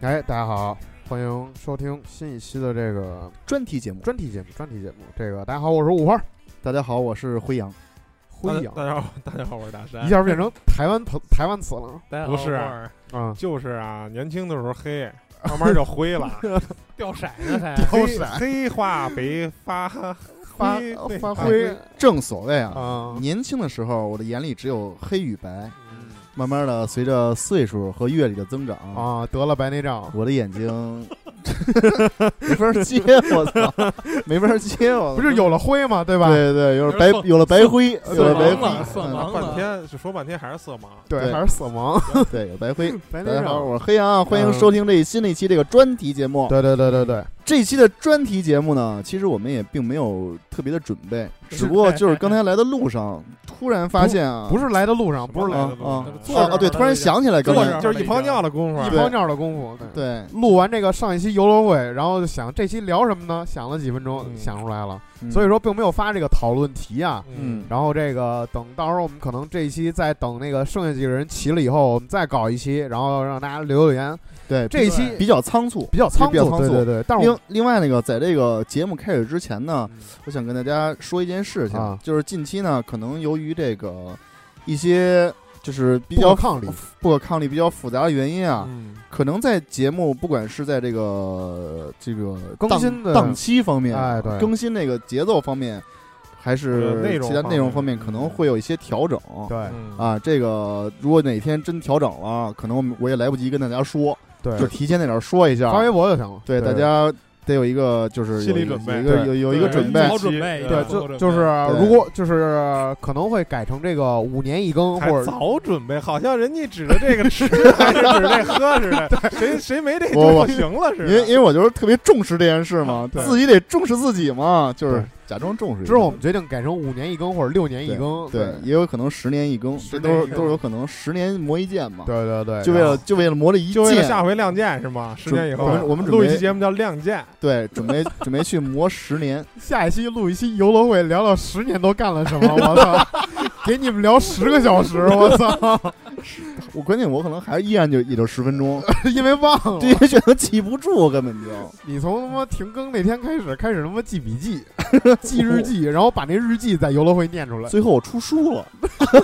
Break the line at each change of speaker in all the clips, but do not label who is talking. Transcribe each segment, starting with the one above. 哎，大家好，欢迎收听新一期的这个
专题节目。
专题节目，专题节目。这个大家好，我是五花，
大家好，我是辉阳。
辉阳，
大家好， 大家好，我是大山。
一下变成台湾朋台湾词了
大家好
不是
我儿
啊！
就是啊，年轻的时候黑，慢慢就灰 了，
掉色 呢才。
都
黑黑化白发
发
灰对
发
发
灰
正所谓啊，
啊，
年轻的时候我的眼里只有黑与白，
嗯
慢慢的随着岁数和阅历的增长，
啊，得了白内障，
我的 眼睛没法接，我操，没法接，我
不是有了灰嘛，对吧？
对对，有了
有点
白
色
有了白灰，有
色
了白
盲
灰
了色，
嗯
盲
半天就说半天还是色盲。
对，
对
还是色盲，
对，有白 灰。
白
大
内
家好，
障。
我是黑羊，欢迎收听这一新的一期这个专题节
嗯
目。
对对对对对，
这一期的专题节目呢，其实我们也并没有特别的准备，只不过就是刚才来的路上突然发现啊，
哎不是来的路上，不是来
啊
的
来的路
啊
上
坐
啊
着
啊，对，
呢
突然想起来刚
坐
才
着
就是一泡尿的功
一
夫，
泡尿的功夫。对
对，
录完这个上一期游轮会，然后就想这期聊什么呢？想了几分钟，
嗯
想出来了，
嗯
所以说并没有发这个讨论题啊。
嗯，
然后这个等到时候我们可能这一期再等那个剩下几个人齐了以后，我们再搞一期，然后让大家留留言。
对
这一期
比较仓促。
比较仓
比较
促，
仓促
对对对。但是我
另另外那个，在这个节目开始之前呢，我想跟大家说一件事情，
啊
就是近期呢，可能由于这个一些就是比
不可
较
抗力，
不可抗力比较复杂的原因啊，
嗯
可能在节目不管是在这个这个
更
档
新的
档期方面，
哎对
更新那个节奏方面，还是
呃内容
其他内容方
方
面
面
可能会有一些调整。
对
嗯
啊，这个如果哪天真调整了，可能我们我也来不及跟大家说，
对，
就提前在这儿说一下
发。微博就行了。
对大家得有一个就是
心理
有一个
准备
有一个有有一个
对
准
做
备
好。准备
对
对，
做
就
好准备
就是
对
如果就是可能会改成这个五年一更，
还
或者
早准备，好像人家指着这个吃还是指着这喝 似的，谁谁没这
我
就
我
不行了似
因为因
的。
为我就是特别重视这件事嘛，
对
自己得重视自己嘛，就是
对
假装重视一下。
之后我们决定改成五年一更或者六年一更。
对，也有可能十年一更，
十
这
年
都
一
是
更
都是有可能十年磨一剑嘛。
对对对，
就为了就为了磨这一
就为了
剑，
下回亮剑是吗？十年以后，
我们我们准
录
备
一期节目叫《亮剑》，
对，准备准备去磨十年。
下一期录一期游乐会，聊聊十年都干了什么，我操，给你们聊十个小时，我操，
我关键我可能还依然就也就十分钟，
因为忘
这
了。
些选择记不住，根本就。
你从他妈停更那天开始，开始他妈记笔记， 记日记，然后把那日记在游乐会念出来。
最后我出书了，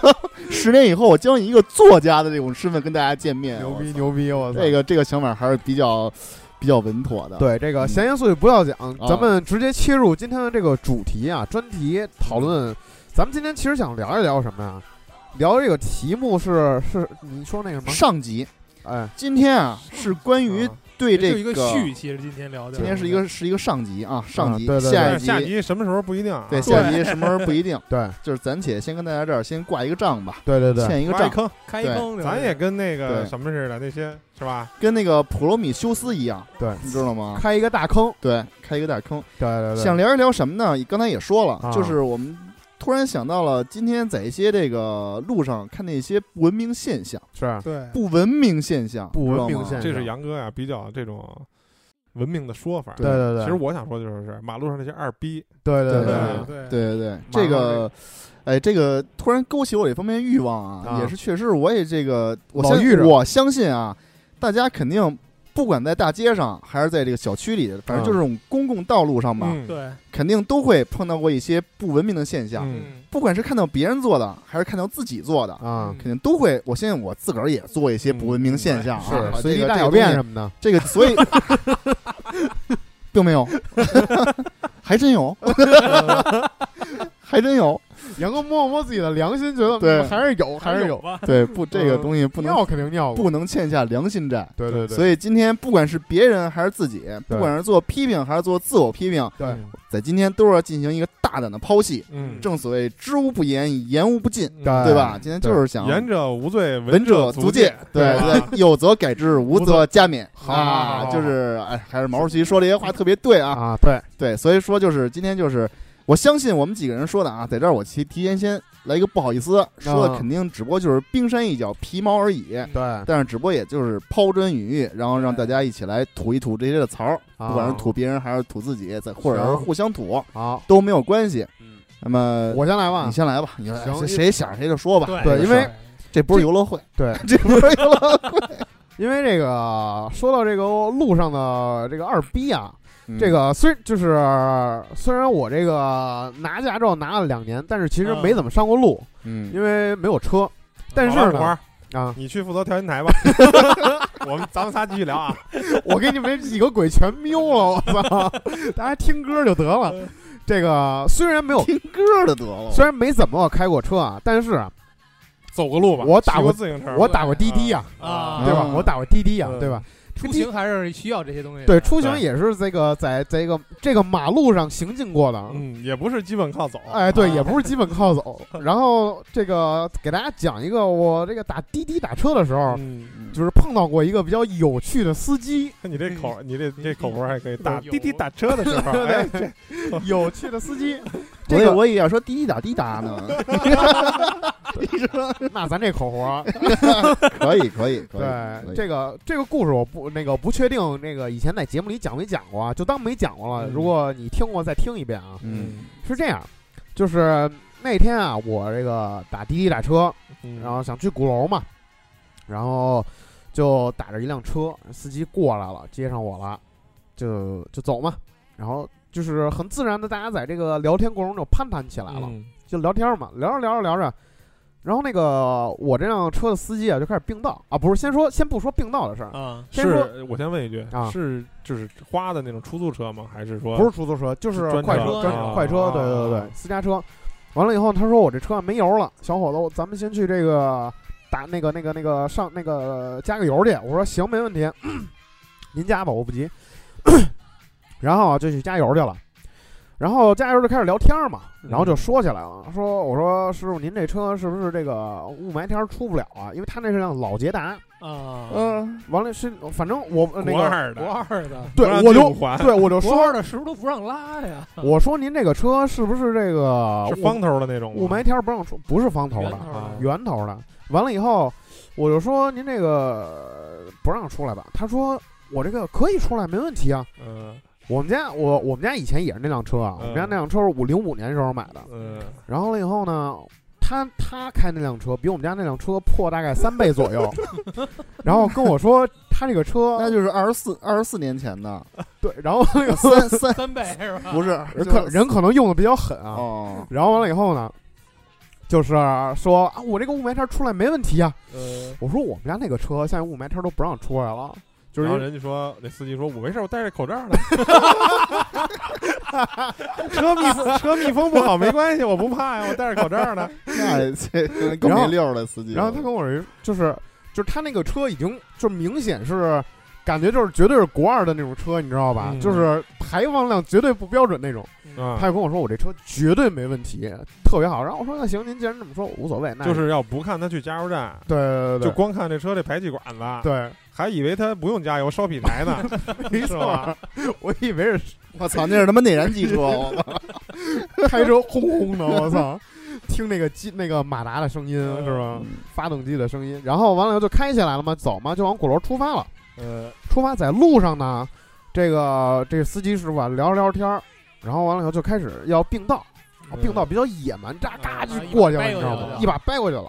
十年以后我将以一个作家的这种身份跟大家见面。
牛
我
逼
操
牛逼，我操！
这个这个想法还是比较比较稳妥的。
对这个
嗯
闲言碎语不要讲，
啊
咱们直接切入今天的这个主题啊，专题讨论。咱们今天其实想聊一聊什么呀？聊这个题目是是你说那个什么？
上集
哎，
今天啊是关于
嗯
啊
对这
就一个序，其实今天聊的。
今天是一个是一个上集啊，上集
嗯对对对
下
但
一
是下
集。
集什么时候不一定啊？
对
对，
下集什么时候不一定，
对
就是咱且先跟大家这儿先挂一个账吧，
对对对，
欠一个
挖一
账，
坑，
开封的，
咱也跟那个
对
什么似的，那些是吧？
跟那个普罗米修斯一样，
对
你知道吗？
开一个大坑，
对，开一个大坑，
对对对，
想聊一聊什么呢？刚才也说了，
啊
就是我们突然想到了今天在一些这个路上看见一些不文明现象，
是
对
不文明现象，
不文明
知道吗
现象
这是杨哥啊呀，比较这种文明的说法。
对对对，
其实我想说的就是，马路上那些二逼，
对对
对
对
对
对对对，
这
这
个
个。哎，这个突然勾起我这方面的欲望啊，
啊
也是确实，我也这个，我
老
相
遇着
我相信啊，大家肯定不管在大街上还是在这个小区里，
嗯
反正就是这种公共道路上吧，
嗯，
对，
肯定都会碰到过一些不文明的现象，
嗯，
不管是看到别人做的，还是看到自己做的，
嗯
啊，
肯定都会。我相信我自个儿也做一些不文明现象啊，
嗯是
啊
随
这
地
个
大
这
小
个
便
东西
什么的，
这个，所以 并没有，还真有，还真有。
杨哥摸了摸自己的良心，觉得
对
嗯还是有，还是有，
吧。
对，不，这个东西不能
尿肯定尿过，
不能欠下良心债。
对嗯对对，
所
以
以今天不管是别人还是自己，不管是做批评还是做自我批评，
对
嗯
在今天都要进行一个大胆的剖析。
嗯，
正所谓知无不言，以言无不尽，
嗯
哎对
对吧？今天就是想
言者无罪，
闻者
足
戒，对
吧？
对， 有则改之，无则加勉。
好好好
啊，
好
就是哎，还是毛主席说这些话特别对啊，
啊，对
对，所以说就是今天就是。我相信我们几个人说的啊，在这儿我提提前先来一个不好意思，说的肯定只不过就是冰山一角、皮毛而已，
对，
但是只不过也就是抛砖引玉，然后让大家一起来吐一吐这些的槽儿，
啊
不管是吐别人还是吐自己，再或者是
行
互相吐
好，
都没有关系。那么
我先来吧
呃你，先来吧，你来，
行
谁谁想谁就说吧。
对
这个
对因
事儿
为
这不是游乐会，
对，
这不是游乐会，
因为这个说到这个路上的这个二逼啊，
嗯
这个虽就是虽然我这个拿驾照拿了两年，但是其实
嗯
没怎么上过路，
嗯，
因为没有车。但是
好了
呢
五花
啊，
你去负责调音台吧。我们咱们仨继续聊 啊。
我给你们几个鬼全瞄了，我操！ 大家听歌就得了。这个虽然没有，
听歌的得了，
虽然没怎么开过车啊，但是啊
走个路吧。
我打
骑
过
过自行车吧，
我打过滴滴啊，
啊
对吧？
啊
我打过滴滴啊，
嗯
对吧？
出行还是需要这些东西的。
对，出行
对
也是这个在这个这个马路上行进过的。
嗯，也不是基本靠走。
哎，对，
啊
也不是基本靠走。然后这个给大家讲一个，我这个打滴滴打车的时候，
嗯，
就是碰到过一个比较有趣的司机。
看你这口，你这这口活还可以。
嗯
打
有
滴滴打车的时 候，哎，这
有趣的司机，
我
这
也
个
我也要说滴滴答滴答呢，
那咱这口活儿，
可以可以可以，可
对
以
这个这个故事我不那个不确定，那个以前在节目里讲没讲过啊，就当没讲过了。
嗯
如果你听过再听一遍啊，
嗯
是这样，就是那天啊，我这个打滴滴打车，
嗯
然后想去鼓楼嘛，然后就打着一辆车，司机过来了，接上我了，就就走嘛，然后。就是很自然的，大家在这个聊天过程中就攀谈起来了，
嗯
就聊天嘛，聊着聊着聊着，然后那个我这辆车的司机啊就开始并道啊，不是，先说先不说并道的事儿，
啊，
先说
是，我先问一句
啊，
是就是花的那种出租车吗？还是说
不是出租车，就是
专哦
快
车
车，
啊
专快车，对对对，私家车。完了以后，他说我这车没油了，小伙子，我咱们先去这个 打那个那个那个上那个加个油去。我说行，没问题， 您加吧，我不急。 然后啊就去加油去了，然后加油就开始聊天嘛，然后就说起来了，说我说师傅您这车是不是这个雾霾天儿出不了啊？因为他那是辆老捷达，
啊，
嗯，
完了是反正我呃那个
国二
国
的？
二的，
对
不让
我
进
就
五环
对我就
国
说
二的是不是都不让拉的呀？
我说您这个车是不是这个
是方头的啊那种吗
雾霾天儿不让出？不是方头
源
的，
头啊
源头的。完了以后，我就说您这个呃不让出来吧。他说我这个可以出来，没问题啊。
嗯
我们家我我们家以前也是那辆车啊，
嗯
我们家那辆车是五零五年时候买的。
嗯，
然后了以后呢，他他开那辆车比我们家那辆车破大概三倍左 右，然后跟我说他这个车
那就是二十四二十四年前的
对，然后那个
三三
啊三倍是吧？
不是
人可人可能用的比较狠啊，
哦，
然后完了以后呢，就是说啊，我这个雾霾天出来没问题啊。
呃，
我说我们家那个车现在雾霾天都不让出来了，就是
然
因
后
为
人家说，那司机说我没事，我戴着口罩 呢。车密封车密封不好没关系，我不怕呀，我戴着口 罩呢。
那这这够没溜儿的司机了，
然后他跟我说就是就是他那个车已经就明显是。感觉就是绝对是国二的那种车，你知道吧？
嗯
就是排放量绝对不标准那种。他
啊，
就跟我说我这车绝对没问题，特别好。然后我说那行，您既然这么说，无所谓。那
就是要不看他去加油站，
对对对
就
对
光看这车这排气管子，
对，
还以为他不用加油烧劈柴呢。
没
是
错
吧。
我以为是
我操，那是他妈内燃机车，我 操
开车轰轰的，我操！听那个机那个马达的声音是吧？嗯发动机的声音，然后完了以后就开起来了嘛，走嘛，就往鼓楼出发了。
呃，
出发在路上呢，这个这个司机师傅啊聊着聊着天儿，然后完了以后就开始要并道，啊并道比较野蛮，嘎嘎
啊
就过去了，
一把掰
你知道
过去
吗？
了
一把掰过去了，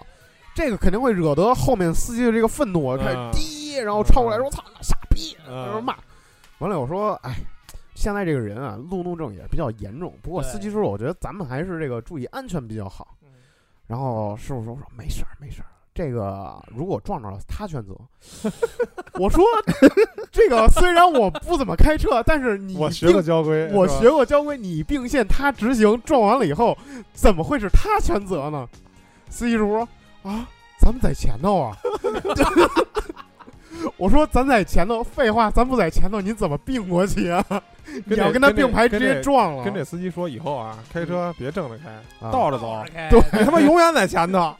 这个肯定会惹得后面司机的这个愤怒，开始
嗯
滴，然后超过来说：“操，傻逼！”
嗯
然后骂。完了，我说：“哎，现在这个人啊，路怒症也比较严重。不过
对
司机师傅，我觉得咱们还是这个注意安全比较好。”然后师傅说说没事儿没事儿，这个如果撞着了他全责。我说这个虽然我不怎么开车，但是你
我
并
学过交规，
我
是吧
学过交规，你并线他执行，撞完了以后怎么会是他全责呢？司机师傅说啊，咱们在前头啊。 我说咱在前头，废话，咱不在前头，你怎么并过去啊？你
跟这
要跟他
跟这
并排直
跟
接
这
撞了，
跟这司机说，以后啊，开
嗯
车别正着开，
啊
哦
倒着走，
对
哎 你他妈永远在前头。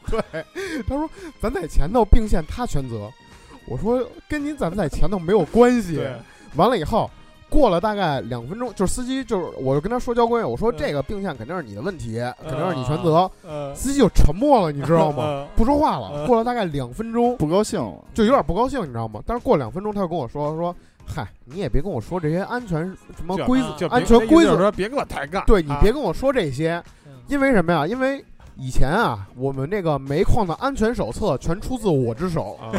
他说咱在前头并线，他全责。我说跟您咱们在前头没有关系。
对，啊
完了以后，过了大概两分钟，就是司机就是我就跟他说交规，我说
嗯
这个并线肯定是你的问题，肯定是你全责。
呃，
司机就沉默了，你知道吗？
呃？
不说话了。
嗯
过了大概两分钟，
不高兴了，
就有点不高兴，你知道吗？但是过两分钟他就跟我说说，嗨，你也别跟我说这些安全什么
就
规
啊
则
就、别
安全规
那意思就是
则，
说别跟我抬杠。
对你
啊
别跟我说这些，
嗯
因为什么呀？因为以前
哦
啊，我们这个煤矿的安全手册全出自我之手，
啊，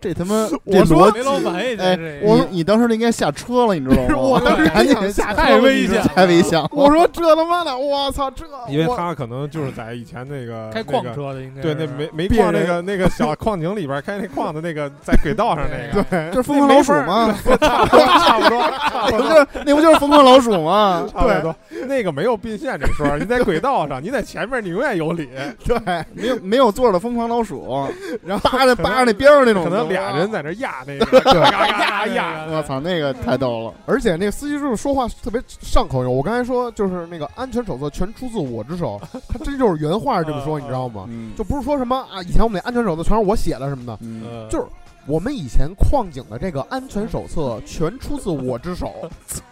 这他妈这
我说
逻
呃没老
辑，
反应
哎，
这
你你当时就应该下车了，你知道 吗？
我当时
赶
就
紧
想下车
太危
你知道
险
吗
了
太危险了。
我说这他妈的，我操，这
哦因为
我
他可能就是在以前那个
开矿，车的应该
那个对，啊那
是
煤煤
别
矿
人
那个那个小矿井里边开那矿的那 个，在轨道上那个，
这是疯狂老鼠吗？
差不多差不多差
那
不
不
多。
就是那不就是疯狂老鼠吗？
差不多，那个没有并线这说，你在轨道上，你在前面，你永远有理。
对，
没有没有座的疯狂 老鼠，然后扒着扒着那边儿那种，
可能俩人在那压那 个，压压压，
我操，那个太逗了。
而且那个司机叔叔说话特别上口音。我刚才说就是那个安全手册全出自我之 手，他真就是原话是这么说，
啊
你知道吗？
嗯
就不是说什么啊，以前我们那安全手册全是我写的什么的，
嗯，
就是我们以前矿井的这个安全手册全出自我之 手，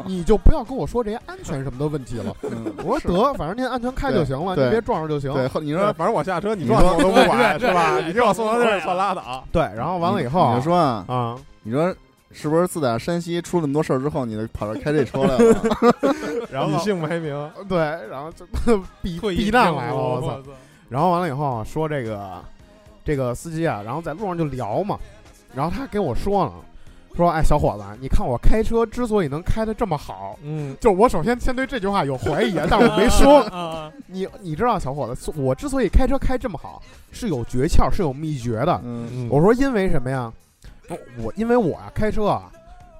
你就不要跟我说这些安全什么的问题了。
嗯
我说得，反正您安全开就行了，
对
您别撞上就行。
对，后你
你
说
说，反正我下车，你撞我都不管，是吧？你给我送到那儿算拉倒。
对，然后完了以后
你
啊
就，说啊，
啊，
你说是不是自打山西出了那么多事儿之后，你跑这儿开这车 来了？
然后你姓排名，
对，然后就 避
退
避
役
难
了
来了，我
啊
操！！然后完了以后啊说这个这个司机啊，然后在路上就聊嘛，然后他跟我说了，说哎小伙子，你看我开车之所以能开的这么好，
嗯，
就是我首先先对这句话有怀疑， 啊，但我没说。
啊啊
你你知道小伙子，我之所以开车开这么好，是有诀窍，是有秘诀的。
嗯，
我说因为什么呀？我我因为我啊开车啊，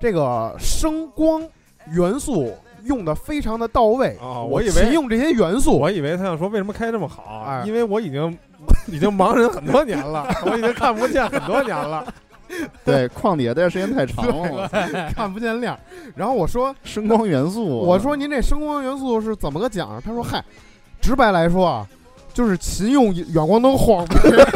这个声光元素用的非常的到位
啊我
我
以为
齐用这些元素，
我以为他想说为什么开这么好，
哎
因为我已经 已经盲人很多年 了，我已经看不见很多年 了。
对，矿底下待的时间太长了，
看不见亮。然后我说
声光元素。啊
我说您这声光元素是怎么个讲啊？他说嗨，直白来说啊，就是勤用远光灯晃 别人，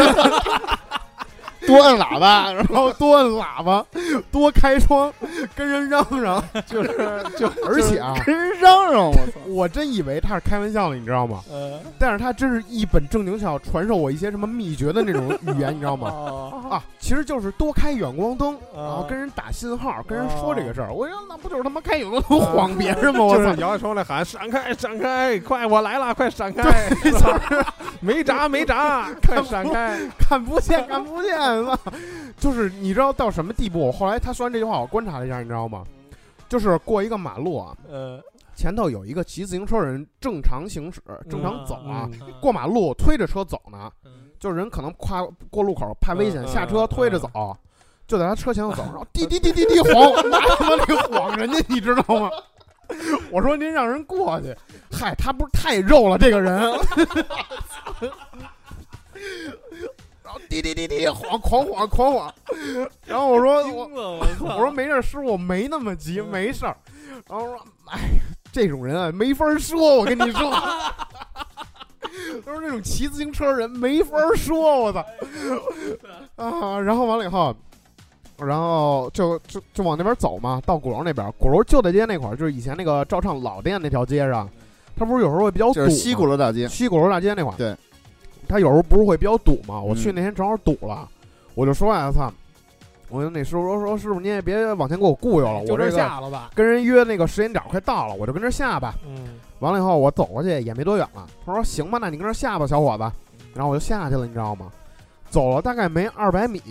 多按喇叭，
然后多按喇叭，多开窗，跟人嚷嚷。
就是就
而且啊，
跟人嚷嚷，我操！
我真以为他是开玩笑的，你知道吗？
呃
但是他真是一本正经想要传授我一些什么秘诀的那种语言，你知道 吗？
哦
啊
啊，其实就是多开远光灯，
啊
然后跟人打信号，跟人说这个事儿。我说那不就是他妈开远光灯晃别人吗？我
就是
操！
摇下窗来喊闪开，闪开，快我来了，快闪开，是吧 没闸没 闸，快闪开。
看不 见，看不见，操！就是你知道到什么地步？我后来他说完这句话，我观察了一下，你知道吗？就是过一个马路啊，
呃
前头有一个骑自行车的人正常行驶，正常走啊，
嗯
过马路推着车走呢，
嗯
就是人可能跨过路口怕危险，
嗯
下车推着走。就在他车前头 走，然后滴滴滴滴滴晃，拿他妈那个晃人家，你知道吗？我说您让人过去，嗨，他不是太肉了，这个人。 然后 滴滴滴滴晃，狂晃狂晃。然后我说我
惊了，我操！
我说没事儿，师傅，我没那么急，没事儿。然后说，哎，这种人啊，没法儿说，我跟你说。都是那种骑自行车人，没法儿说，我操！ 啊，然后完了以后，然后就就就往那边走嘛，到鼓楼那边，鼓楼旧大街那块儿，就是以前那个照唱老店那条街上，它不是有时候会比较堵啊
就
吗，
是西鼓楼大街，
西鼓楼大街那块儿，
对，
他有时候不是会比较堵嘛？我去
嗯
那天正好堵了，我就说呀，操！我跟那师傅说说，师傅您也别往前给我雇悠了，
哎就
我
这
这个
下了吧？
跟人约那个时间点儿快到了，我就跟这儿下吧。
嗯，
完了以后我走过去也没多远了，他说行吧，那你跟这儿下吧，小伙子。然后我就下去了，你知道吗？走了大概没二百米，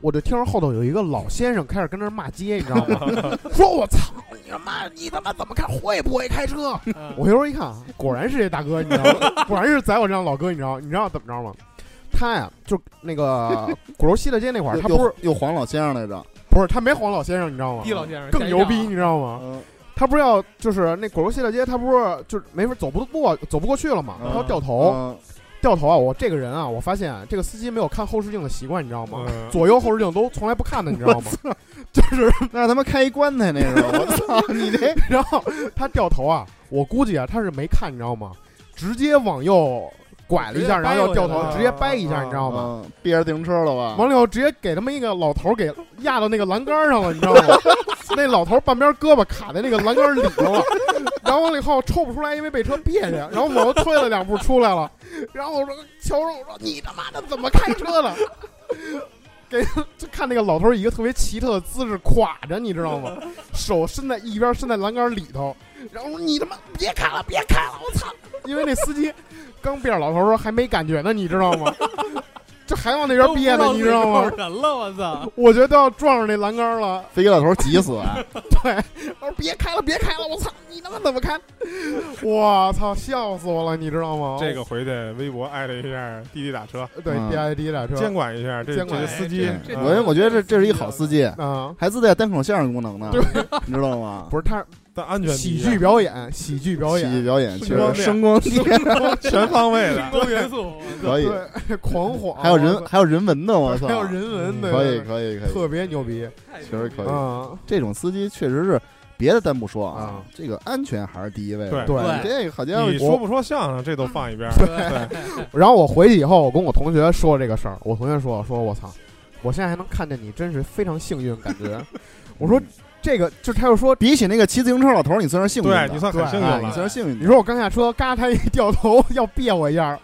我就听着后头有一个老先生开始跟那儿骂街，你知道 吗？说我操你他妈，你他妈怎么开？会不会开车？
嗯
我回头一看，啊果然是这大哥，你知道吗？果然是宰我这样老哥，你知道？你知道怎么着吗？他呀，就那 个鼓楼西大街那块儿，他不是
又又黄老先生来着，
不是他没黄老先生，你知道吗？
地老先生
更牛逼，你
吓一
知道吗？
嗯，
他不是要就是那鼓楼西大街，他不是就是没法走不过走不过去了嘛？
嗯
他要掉头，
嗯
掉头啊！我这个人啊，我发现这个司机没有看后视镜的习惯，你知道吗？
嗯
左右后视镜都从来不看的，你知道吗？就是
嗯那他妈开一棺材那是， 我操你这，
然后他掉头啊，我估计啊他是没看，你知道吗？直接往右拐了一下，
直接掰
然后要掉头
过，去了
直接掰一下，你知道吗？
嗯，别着自行车了吧？
完了以后直接给他们一个老头给压到那个栏杆上了，你知道吗？那老头半边胳膊卡在那个栏杆里头了，然后完了以后抽不出来，因为被车别着，然后我又推了两步出来了，然后我说乔叔，我说你他妈的怎么开车的？给就看那个老头一个特别奇特的姿势垮着，你知道吗？手伸在一边伸在栏杆里头，然后我说你他妈别开了，别 开了，我操！因为那司机刚变老头儿时候还没感觉呢，你知道吗？这还往那边憋呢，你知道吗？
人了，我操！
我觉得都要撞上那栏杆了。
飞机老头急死啊！
对，我说别开了，别开了，我操，你他妈怎么开？我操，笑死我了，你知道吗？
这个回去微博艾特一下滴滴打车，
对
嗯
D I D 打车
监管一下这
监管
这
哎
些司机啊
这。
对
这
我我觉得这这是一好司机，
啊，
还自带单口相声功能呢
对，
你知道吗？
不是他
但安全第
喜
一
剧表演，喜剧表
喜剧
演，
表演
声
确
光
实声光电
全方位的，
多元素，
可以，
对， 狂晃，
还有
我
人
操
还有人文的，我 操，
还有人文，对，
嗯可以
对
可以可以，
特别牛逼
确实可以
啊！
这种司机确实是别的咱不说啊
啊，
这个安全还是第一位的。
对
对
对，
这个好家伙
你，说不说相声，这都放一边儿。对，
然后我回去以后，我跟我同学说这个事儿，我同学说说我操，我现在还能看见你，真是非常幸运，感觉。我说这个，就他又说，
比起那个骑自行车老头儿，你算是幸运的，
对你算很幸运
哎你
了。
算是幸运
你
的。
说我刚下车，嘎，他一掉头要别我一下，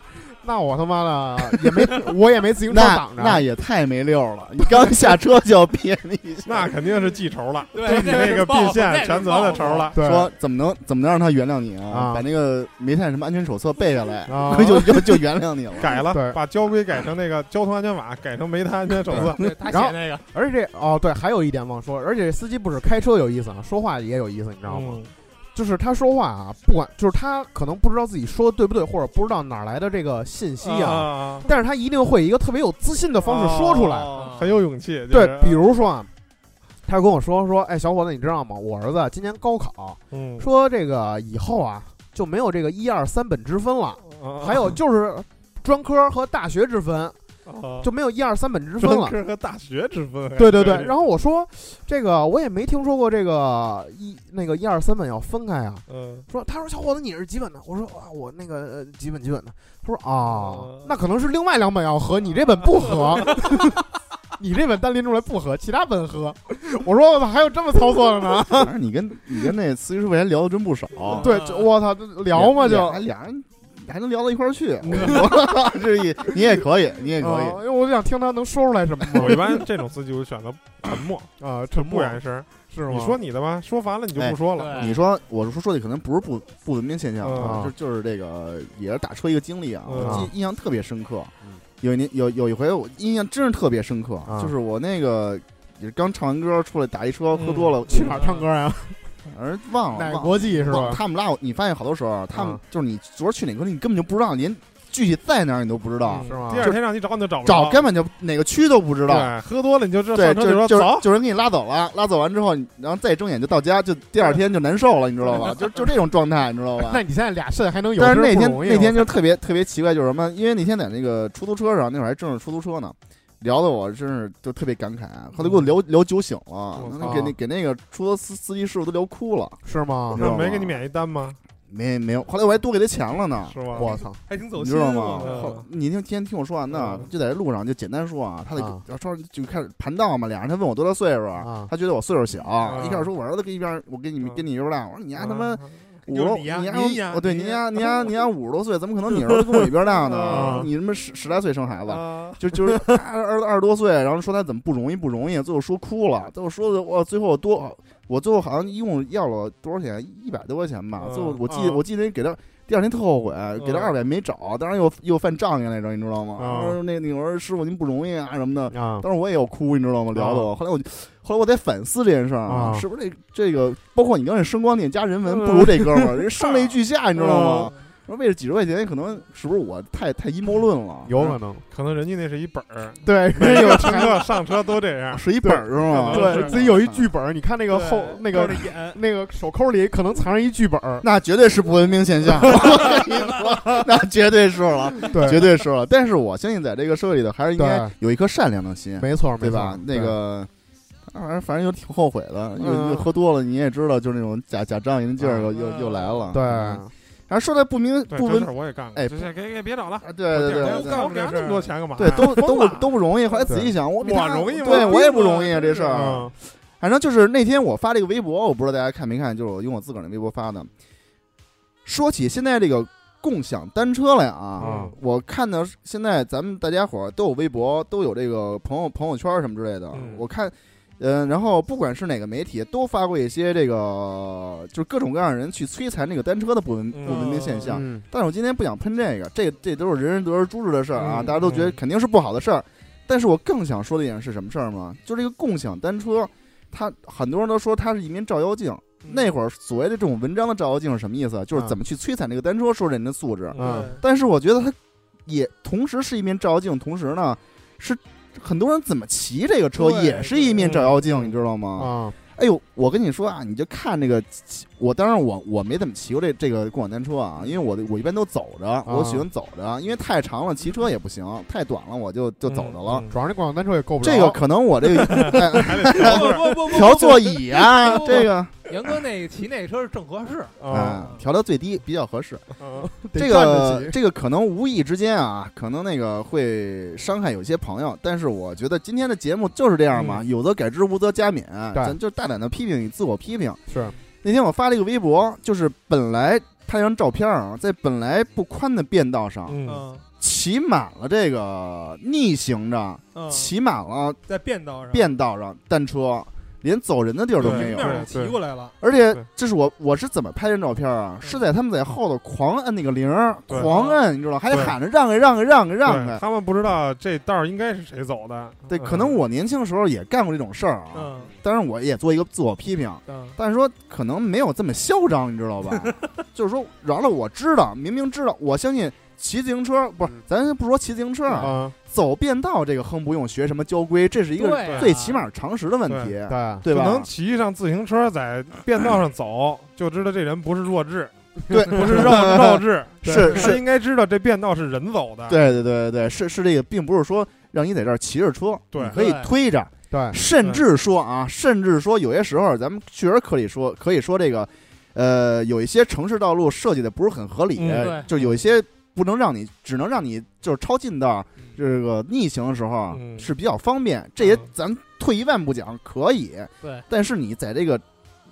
那我他妈的也没，我也没自行车
那
挡着，
那也太没溜儿了！你刚下车就要憋你一下，
那肯定是记仇了，
对
对你那个并线全责的仇了。
对
啊说怎么能怎么能让他原谅你啊？
啊
把那个煤炭什么安全手册背下来，
啊
就就就原谅你了。
改
对
了，把交规改成那 个交通安全法，改成煤炭安全手册。
对他
然后
写那个，
而且这哦对，还有一点忘说，而且司机不止开车有意思啊，说话也有意思，你知道吗？
嗯，
就是他说话啊，不管就是他可能不知道自己说的对不对，或者不知道哪儿来的这个信息啊，
啊啊，
但是他一定会以一个特别有自信的方式说出来。
哦很有勇气。就
对
是，
比，如说啊，他就跟我说说，哎，小伙子，你知道吗？我儿子今年高考，
嗯，
说这个以后啊就没有这个一二三本之分了，
啊
还有就是专科和大学之分
啊
就没有一二三本之分
专
了。
科和大学之分。
对对对，
后
然后我说这个我也没听说过这个一那个一二三本要分开啊。
嗯，
说他说小伙子你是几本的？我说啊我那个呃几本几本的。他说啊
嗯
那可能是另外两本要合，你这本不合。你这本单拎出来不合，其他本合。我说我操，还有这么操作的呢？
反正你跟你跟那司机师傅还聊的真不少，
对，就我操，这聊嘛就啊
俩俩人还能聊到一块儿去。 我跟你说这也你也可以，你也可
啊
以。
因为我就想听他能说出来什么嘛
我一般这种司机我选择沉 默，
哦
啊，
就
沉
不
默
言声。
是吗？
你说你的吧，说烦了你就
哎
不说
哦
啊
了。
你说，我说说的可能不是不不文明现象啊，
嗯
就就是这个也是打车一个经历啊，
嗯
我记印象特别深刻
嗯。
有一年有有一回我印象真是特别深刻，
啊
就是我那个也是刚唱完歌出来打一车，喝多了，
去哪儿唱歌呀？
而
嗯哪
忘了忘
个
了
国际是
哦忘了
吧？
他们拉我，你发现好多时候他们
啊
就是你昨儿去哪个地，你根本就不知道，连具体在哪儿你都不知道
嗯，
是吗
第二天让你找你就找不着
找根本就哪个区都不知道。
对，喝多了你就知道
对，
上车
就
就说
是就是
走，
就是人给你拉走了，拉走完之后，你然后再睁眼就到家，就第二天就难受了，你知道吧？就就这种状态，你知道吧？
那你现在俩肾还能有？
但
真
是那
不
天
容易
那天就特别特别奇怪，就是什么？因为那天在那个出租车上，那会儿还正是出租车呢，聊的我真是就特别感慨。啊后来给我聊聊酒醒了，
我
那给那给那个出租司司机师傅都聊哭了，
是吗？
知道吗
那没给你免一单吗？
没没有。后来我还多给他钱了呢，
是吧？啊
我操！
还挺走
你
心哦
知
的，
道吗？
嗯
后你听天听我说完呢
嗯，
就在这路上就简单说啊，他
啊
得说就开始盘道嘛，俩人他问我多大岁数
啊，
他觉得我岁数小，
啊
一开始说我儿子跟一边，我跟你
嗯
跟你一边大，我说你丫他妈
啊
五
就是
十，
你呀
丫
您呀
哦对你
您
丫
呀
你丫你丫五十多岁，怎么可能你儿子跟我一边大呢
啊？
你他妈十十来岁生孩子。
啊
就就是 二二二十多岁，然后说他怎么不容易不容易，最后说哭了，最后说的我最后我多我最后好像一共要了多少钱，一百多块钱吧。
嗯
最后我记得
啊
我记得给他第二天特后悔，给他
嗯
二百没找，当然又又犯障眼来着，你知道吗？
啊
我说那那我说师傅您不容易啊什么
嗯
的，
啊，
当时我也要哭，你知道吗？聊的我，后来我就后来我在反思这件事儿
啊
嗯
是不是这这个包括你刚才声光电加人文不如这哥们儿，人声泪俱下，你知道吗？
嗯
说为了几十块钱，可能是不是我太太阴谋论了？
有可能
可能人家那是一本儿，
对，
没
人有
有乘客 上车都这样。
是一本儿是吗？
可能是
对自己有一剧本儿，你看那个后那个
眼，
那个手抠里可能藏着一剧本儿，
那绝对是不文明现象， 我跟你说，那绝对是了，
对，
绝对是了。但是我相信，在这个社会里头，还是应该
对
有一颗善良的心，
没错，
嗯对
没
吧
错？
那个，反正反正又挺后悔的，又
嗯
又喝多了，你也知道，就是那种假假仗义的劲儿又
嗯
又又来了。
对
嗯，然后说的不明
对，
不
这
文
事，儿我也干过。
哎
就是给给别找了，
啊对对
我第
对
二天
对
我给他啊那么多钱干嘛
对，
呀？
都都
疯
不
了
都不容易。后来仔细想，我比
我
他
容易吗
对
我
我也不
疯了
容易啊，这事儿。
嗯
反正就是那天我发这个微博，我不知道大家看没看，就是我用我自个儿的微博发的。说起现在这个共享单车来啊，
嗯
我看到现在咱们大家伙儿都有微博，都有这个朋友朋友圈什么之类的。
嗯
我看嗯，然后不管是哪个媒体，都发过一些这个，就是各种各样的人去摧残这个单车的不文不文明现象。
嗯
但是我今天不想喷这个，这这都是人人得而诛之的事儿啊，
嗯
大家都觉得肯定是不好的事儿。但是我更想说的一点是什么事儿吗？就这个共享单车，它很多人都说它是一面照妖镜。那会儿所谓的这种文章的照妖镜是什么意思啊？就是
嗯
怎么去摧残这个单车，说人的素质。
嗯
但是我觉得它也同时是一面照妖镜，同时呢是很多人怎么骑这个车
对
也是一面照妖镜，
嗯
你知道吗？
啊
哎呦，我跟你说啊，你就看这个骑，我当然我我没怎么骑过这这个共享单车啊，因为我我一般都走着，我喜欢走着，因为太长了骑车也不行，太短了我就就走着了。
主要那共享单车也够不着
嗯这个可能我这个
不不不不，
调座 椅啊，
不不不
这个
杨哥那个骑那车是正合适，
啊，
啊调到最低比较合适。
嗯
得
这
站着
个
骑
这个可能无意之间啊，可能那个会伤害有些朋友，但是我觉得今天的节目就是这样嘛，有则改之，无则加勉，
对
咱就大胆的批评与自我批评。
是
那天我发了一个微博，就是本来拍张照片啊，在本来不宽的便道上、
嗯，
嗯
骑满了这个逆行着，
嗯，
骑满了
在变道上，
便道上单车，连走人的地儿都
对
没有。
面儿骑过来了，
而且
对
这是我我是怎么拍这照片啊？是在他们在后头狂按那个铃儿，
对
狂按，你知道，还
对
喊着让开让开让开让
对
开。
他们不知道这道儿应该是谁走的，
对，
嗯
可能我年轻时候也干过这种事儿啊，
嗯
当然我也做一个自我批评，
嗯
但是说可能没有这么嚣张，你知道吧？就是说，饶了我知道，明明知道，我相信骑自行车不是
嗯，
咱不说骑自行车啊，
啊，
走便道这个哼不用学什么交规，这是一个
对啊
最起码常识的问题，
对
对
就能
吧？
骑上自行车在便道上走，就知道这人不是弱智，
对，
不是肉肉智，
是
他
是
应该知道这便道是人走的。
对对对对对，是是这个，并不是说让你在这儿骑着车，
对
你可以
对
推着，
对
甚至说啊，甚至说有些时候咱们确实可以说，可以说这个，呃，有一些城市道路设计的不是很合理，
嗯
对
就有一些不能让你，只能让你就是超近道，
嗯，
这个逆行的时候啊
嗯
是比较方便，这也
嗯
咱退一万步讲可以，
对，
但是你在这个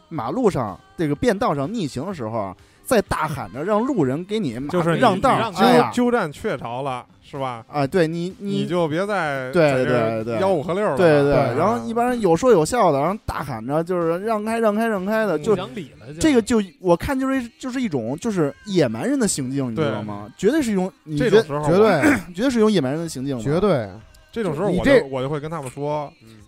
马路上这个便道上逆行的时候啊。在大喊着让路人给你马
就是你
让道
你
儿，
让
哎呀
鸠，鸠占鹊巢了，是吧？
啊，对你
你
你
就别再
对
在这儿
对对
吆五喝六了。嗯
对对
对啊
然后一般人有说有笑的，然后大喊着就是让开让开让开的，
嗯
就
讲理了，
这个就我看就是一就是一种就是野蛮人的行径，你知
对
道吗？绝对是一种，你
这
觉
种时候，
绝对
绝对是一种野蛮人的行径吧，
绝对
这种时候
你
我
这
就我就会跟他们说，
嗯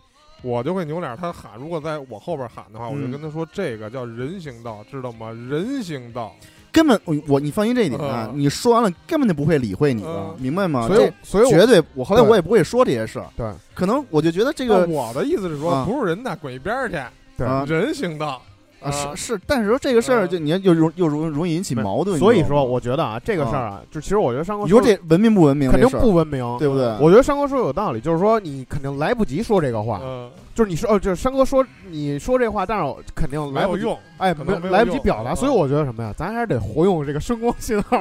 我就会扭脸儿。他喊，如果在我后边喊的话，我就
嗯
跟他说，这个叫人行道，知道吗？人行道，
根本我我你放心这一点啊
嗯，
你说完了根本就不会理会你的
嗯，
明白吗？
所以所
这
以我
绝对，我后来
对
我也不会说这些事儿，
对
可能我就觉得这
这
个
我的意思是
啊
说，不是人的，滚一边儿去，
对
啊
人行道。
啊
啊
是是，但是说这个事儿
嗯
就你看又容又容容易引起
不是
矛盾，
所以
你知道
说，
吗
我觉得啊，这个事儿啊，就其实我觉得上哥
你说这文明不文明
肯
这
定
事儿，
不文明，
对不对？
我觉得山哥说有道理，就是说你肯定来不及说这个
啊
话，
嗯，
就是你说哦，就是山哥说你说这话，但是我肯定
没
来
有
不及，
用，
哎，
可
没
能
有
没有
来不及
用
表达，
嗯
所以我觉得什么呀，咱还是得活用这个声光信号，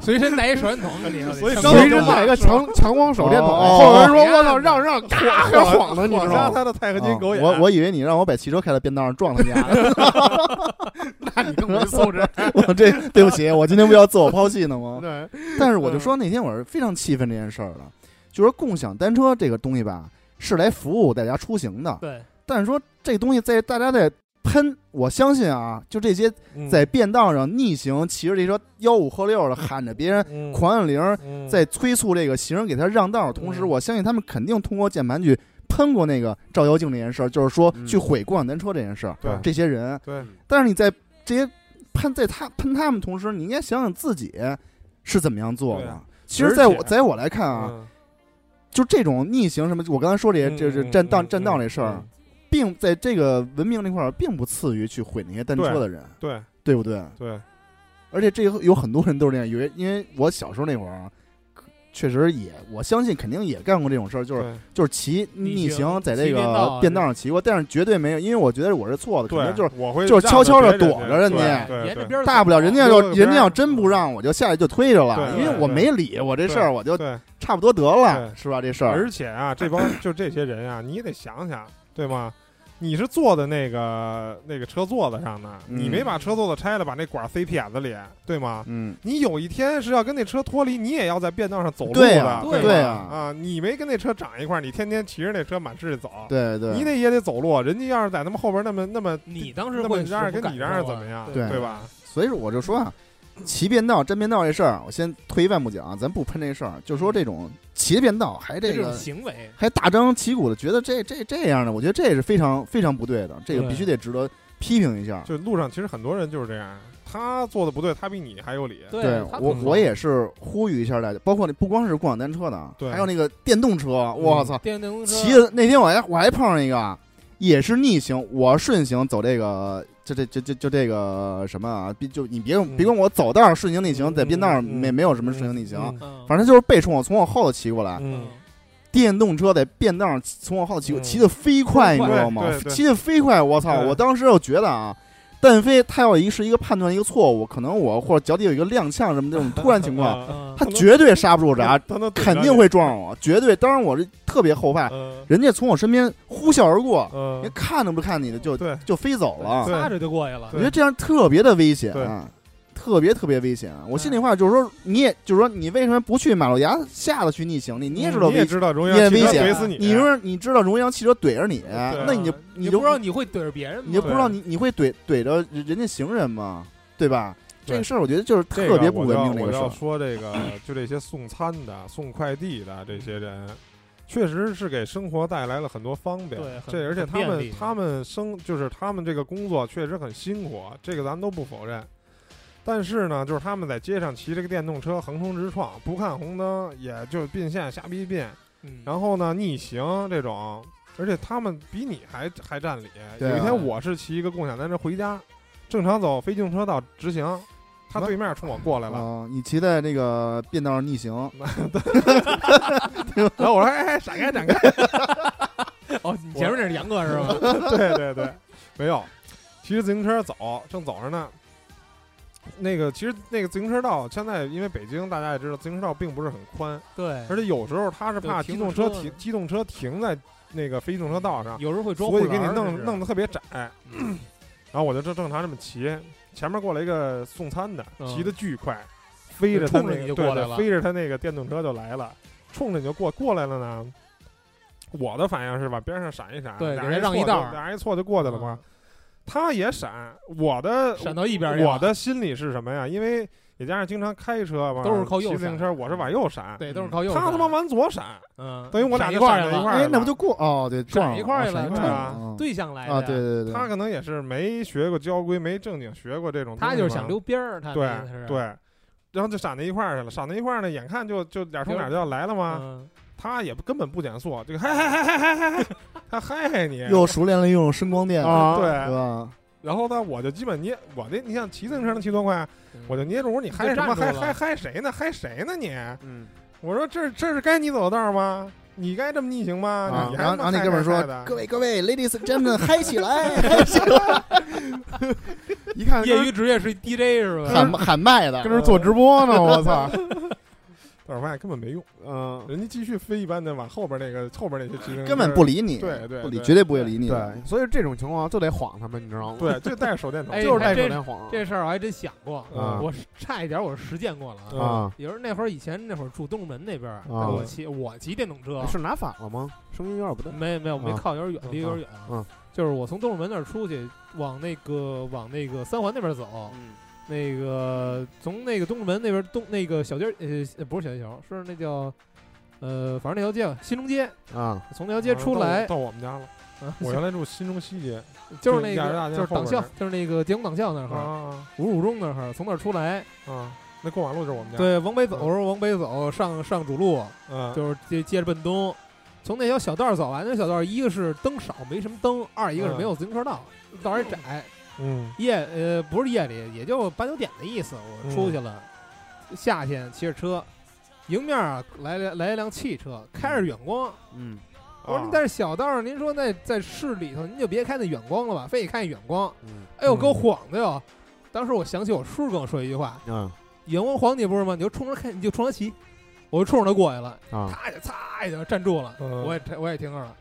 随身带一手电筒，你知道吗
所以
刚才
随
就
身
问
带一个强强光手电筒，
哦
后人说
哦
我操让让，咔还晃呢，你知
我
道
杀
吗？
他的钛合 金
啊
狗眼。
我我以为你让我把汽车开到便道上撞他们家，
那你更没素 质。
我这对不起，我今天不要自我抛弃呢 吗？
对，
但是我就说那天我是非常气愤这件事儿的，就说共享单车这个东西吧，是来服务大家出行的，
对，
但是说这东西在大家在喷，我相信啊，就这些
嗯
在便道上逆行、骑着这车吆五喝六的喊着别人
嗯
狂按铃儿，
嗯
在催促这个行人给他让道的同时，
嗯
我相信他们肯定通过键盘去喷过那个照妖镜这件事儿，就是说
嗯
去毁共享单车这件事儿，
对
这些人。
对
但是你在这些喷在他喷他们同时，你应该想想自己是怎么样做
对
的
啊。
其实，在
而且
我在我来看啊，
嗯
就这种逆行什么，我刚才说这些，
嗯
就是
嗯
占道
嗯
占道这事儿
嗯，
并在这个文明这块儿，并不次于去毁那些单车的人，
对
对不对？
对，
而且这个有很多人都是这样，有些因为我小时候那会儿啊，确实也我相信肯定也干过这种事儿，就是
对
就是骑逆
逆行
行在这
骑便道
个
啊
便道上骑过，但是绝对没有，因为我觉得我是错的，可能
对，
就是
我会
就是
让
悄悄地
别人
躲着人
对
家
对
沿着
对
边儿走
大不了人家要
溜达个
人家
边儿嗯
要真不让，我就下去就推着了，
对
因为
对
我
对
没理我这事儿，我就
对，
差不多得了，
对
是吧？这事儿
而且啊，这帮就这些人啊，你也得想想，对吗？你是坐在那个那个车座子上的，
嗯
你没把车座子拆了，把那管塞屁眼子里，对吗？
嗯，
你有一天是要跟那车脱离，你也要在便道上走路的，
对呀，
吧
对呀，
啊，你没跟那车长一块儿，你天天骑着那车满世界走，
对对，
你得也得走路。人家要是在他们后边那么那么，
你当时
那
会
么这样跟你这
啊
样怎么样，
对
对吧？
所以说我就说啊，骑便道、占便道这事儿，我先退一万步讲，啊咱不喷这事儿，就
嗯
说这种骑便道还这
这种
个
行为，
还大张旗鼓的，觉得这这这样的，我觉得这也是非常非常不对的，这个
对
必须得值得批评一下。
就路上其实很多人就是这样，他做的不对，他比你还有理。
对
他
我
不，
我也是呼吁一下大家，包括那不光是共享单车的啊，
对嗯
还有那个电动车，我操，
电动车
骑的那天我还我还碰上一个，啊也是逆行，我顺行走这个，就这就就就这个什么啊，别就你别
嗯
别管我走道儿顺行逆行，
嗯
在边道儿
嗯
没没有什么顺行逆行，
嗯
嗯
反正就是背冲我从我后头骑过来，
嗯，
电动车在变道上从我后头骑过，
嗯
骑得飞快，你
对
知道吗
对？对
骑得飞快，我操！
对
我当时就觉得啊，但非他要一是一个判断一个错误，可能我或者脚底有一个踉跄什么这种突然情况，
嗯
啊，
他绝对刹不住
他
闸，
他能
肯定会撞上我，绝对。当然我是特别后怕，
嗯
人家从我身边呼啸而过，
嗯
人，看都不看你的就
对
就飞走了。
对
擦着就过去了
我
对。
觉得这样特别的危险啊
对，
特别特别危险。啊我心里话就是说，你也就是说，你为什么不去马路牙子下头去逆行呢？你也知道
嗯你也
危
知道荣
你也
耀汽车
危险啊
怼死你，啊
你说你知道荣耀汽车怼着你，
对
那你就
嗯
你
你
就
不知道你会怼着别人吗，
你就不知道
对
你你会怼怼着人家行人吗？对吧？
对
这个事儿我觉得就是
这
特别
个
不
我
文
要
明的一
我
个事
要
儿。
说这个，就这些送餐的、送快递的这些人，确实是给生活带来了很多方便。
对很
这而且
很
他
便
们
利啊
他们生就是他们这个工作确实很辛苦，啊这个咱们都不否认。但是呢，就是他们在街上骑这个电动车横冲直撞，不看红灯，也就并线瞎逼并，
嗯，
然后呢逆行这种，而且他们比你还还占理。
对啊
有一天我是骑一个共享单车回家，正常走非机动车道直行，他对面冲我过来了，
啊，你骑在那个变道上逆行，
然后我说：“哎，哎闪 开，闪开
哦，你前面那是杨哥 是吧？！”
对对对，没有，骑着自行车走，正走着呢。那个其实那个自行车道现在因为北京大家也知道，自行车道并不是很宽，
对，
而且有时候他是怕
对
机
停
动车
车
停机动车停在那个非机动车道上，
有时候会装护
所以给
栏
你
儿，
弄
这
弄
是嗯
得特别窄。然后我就正正常这么骑，前面过来一个送餐的，
嗯
骑得巨快，飞着他
冲着
那个
你就
对
过来
对
了
飞着他那个电动车就来了，冲着你就过过来了呢。我的反应是往边上闪一闪，
对
俩
给他
人
让一
错
道
就
儿嗯
俩人一错就过去了嘛。他也闪，我的
闪到一边儿去了，
我的心里是什么呀？因为也加上经常开车嘛，
都是靠右
骑自行
闪
车，我是往右闪，嗯
对都是靠右，
他他妈，往左闪，
嗯，
等于我俩
闪一
就
块儿
闪在一
去
块
了
儿
哎，那
了
不就过哦？对，撞了
一块
哦
儿去了
闪一
对
块儿
啊
了嗯
对向来的
啊，对，对对，
他可能也是没学过交规，没正经学过这种东西嘛，
他就是想溜边儿，他
对
那是
对，，然后就闪到一块儿去了，闪到一块儿呢，眼看就就俩冲俩就要来了嘛，
嗯，
他也不根本不减速，这个嗨嗨嗨嗨嗨嗨，他嗨嗨你，
又熟练了用声光电
啊
对
对
吧？
然后呢，我就基本捏我那，你想骑自行车能骑多快啊？
嗯
我就捏住我说你
就
嗨什么
站住
嗨
了
嗨嗨谁呢？嗨谁呢你？
嗯，
我说这这是该你走的道儿吗？你该这么逆行吗？
啊，
你还
然后然后
他妈
那
嗨
哥们儿
嗨
说
嗨的：“
各位各位，ladies and gentlemen，嗨起来，嗨起来
一看
业余职业是一 DJ 是吧？
喊喊麦
跟
的，
这儿做直播呢，我 操！
但是我发现根本没用，
嗯，
人家继续飞一般的往后边那个后边那些骑自行车
根本不理你，
对对
不理，
对
绝对不会理你。
对，所以这种情况就得晃他们，你知道吗？，
对，就带着手电筒，
哎
就是
还
带手
真
电啊晃。
这事儿我还真想过，
啊嗯
我是差一点我是实践过了啊。
啊，
也是那会儿以前那会儿住东直门那边儿，
啊
我骑我骑电动车，
哎是拿反了吗？声音有点不对。
没没有没
啊
靠，有点远，离有点远。啊
嗯，
就是我从东直门那儿出去，往那个往那个三环那边走，那个从那个东直门那边东那个小街儿呃不是小街桥，是那叫呃反正那条街吧新中街，
啊，
从那条街出来，
到我们家了。
啊
我原来住新中西街
就是那
亚洲大
个
街
就是
后
党
边
校
儿，
就是那个解放党校那块儿，
啊
五五中那块儿，从那儿出来，
啊，那过马路就是我们家。，
对，往北走，
嗯
我说往北走，上上主路，
嗯，
就是接接着奔东，从那条小道儿走完，那小道儿一个是灯少，没什么灯；二一个是
嗯
没有自行车道，道儿也窄，
嗯
夜呃不是夜里，也就八九点的意思。我出去了，夏天骑着车，迎面啊来了来一辆汽车，开着远光。
嗯，
啊，
我说您在小道上，您说那在市里头，您就别开那远光了吧，非得开远光。
嗯
哎呦，
嗯
给我晃的哟！当时我想起我叔跟我说一句话
嗯：“
远光晃你不是吗？你就冲着看，你就冲着骑。”我就冲着他过去了，
啊，
他也擦一下站住了，
嗯
我也停我也停那儿了。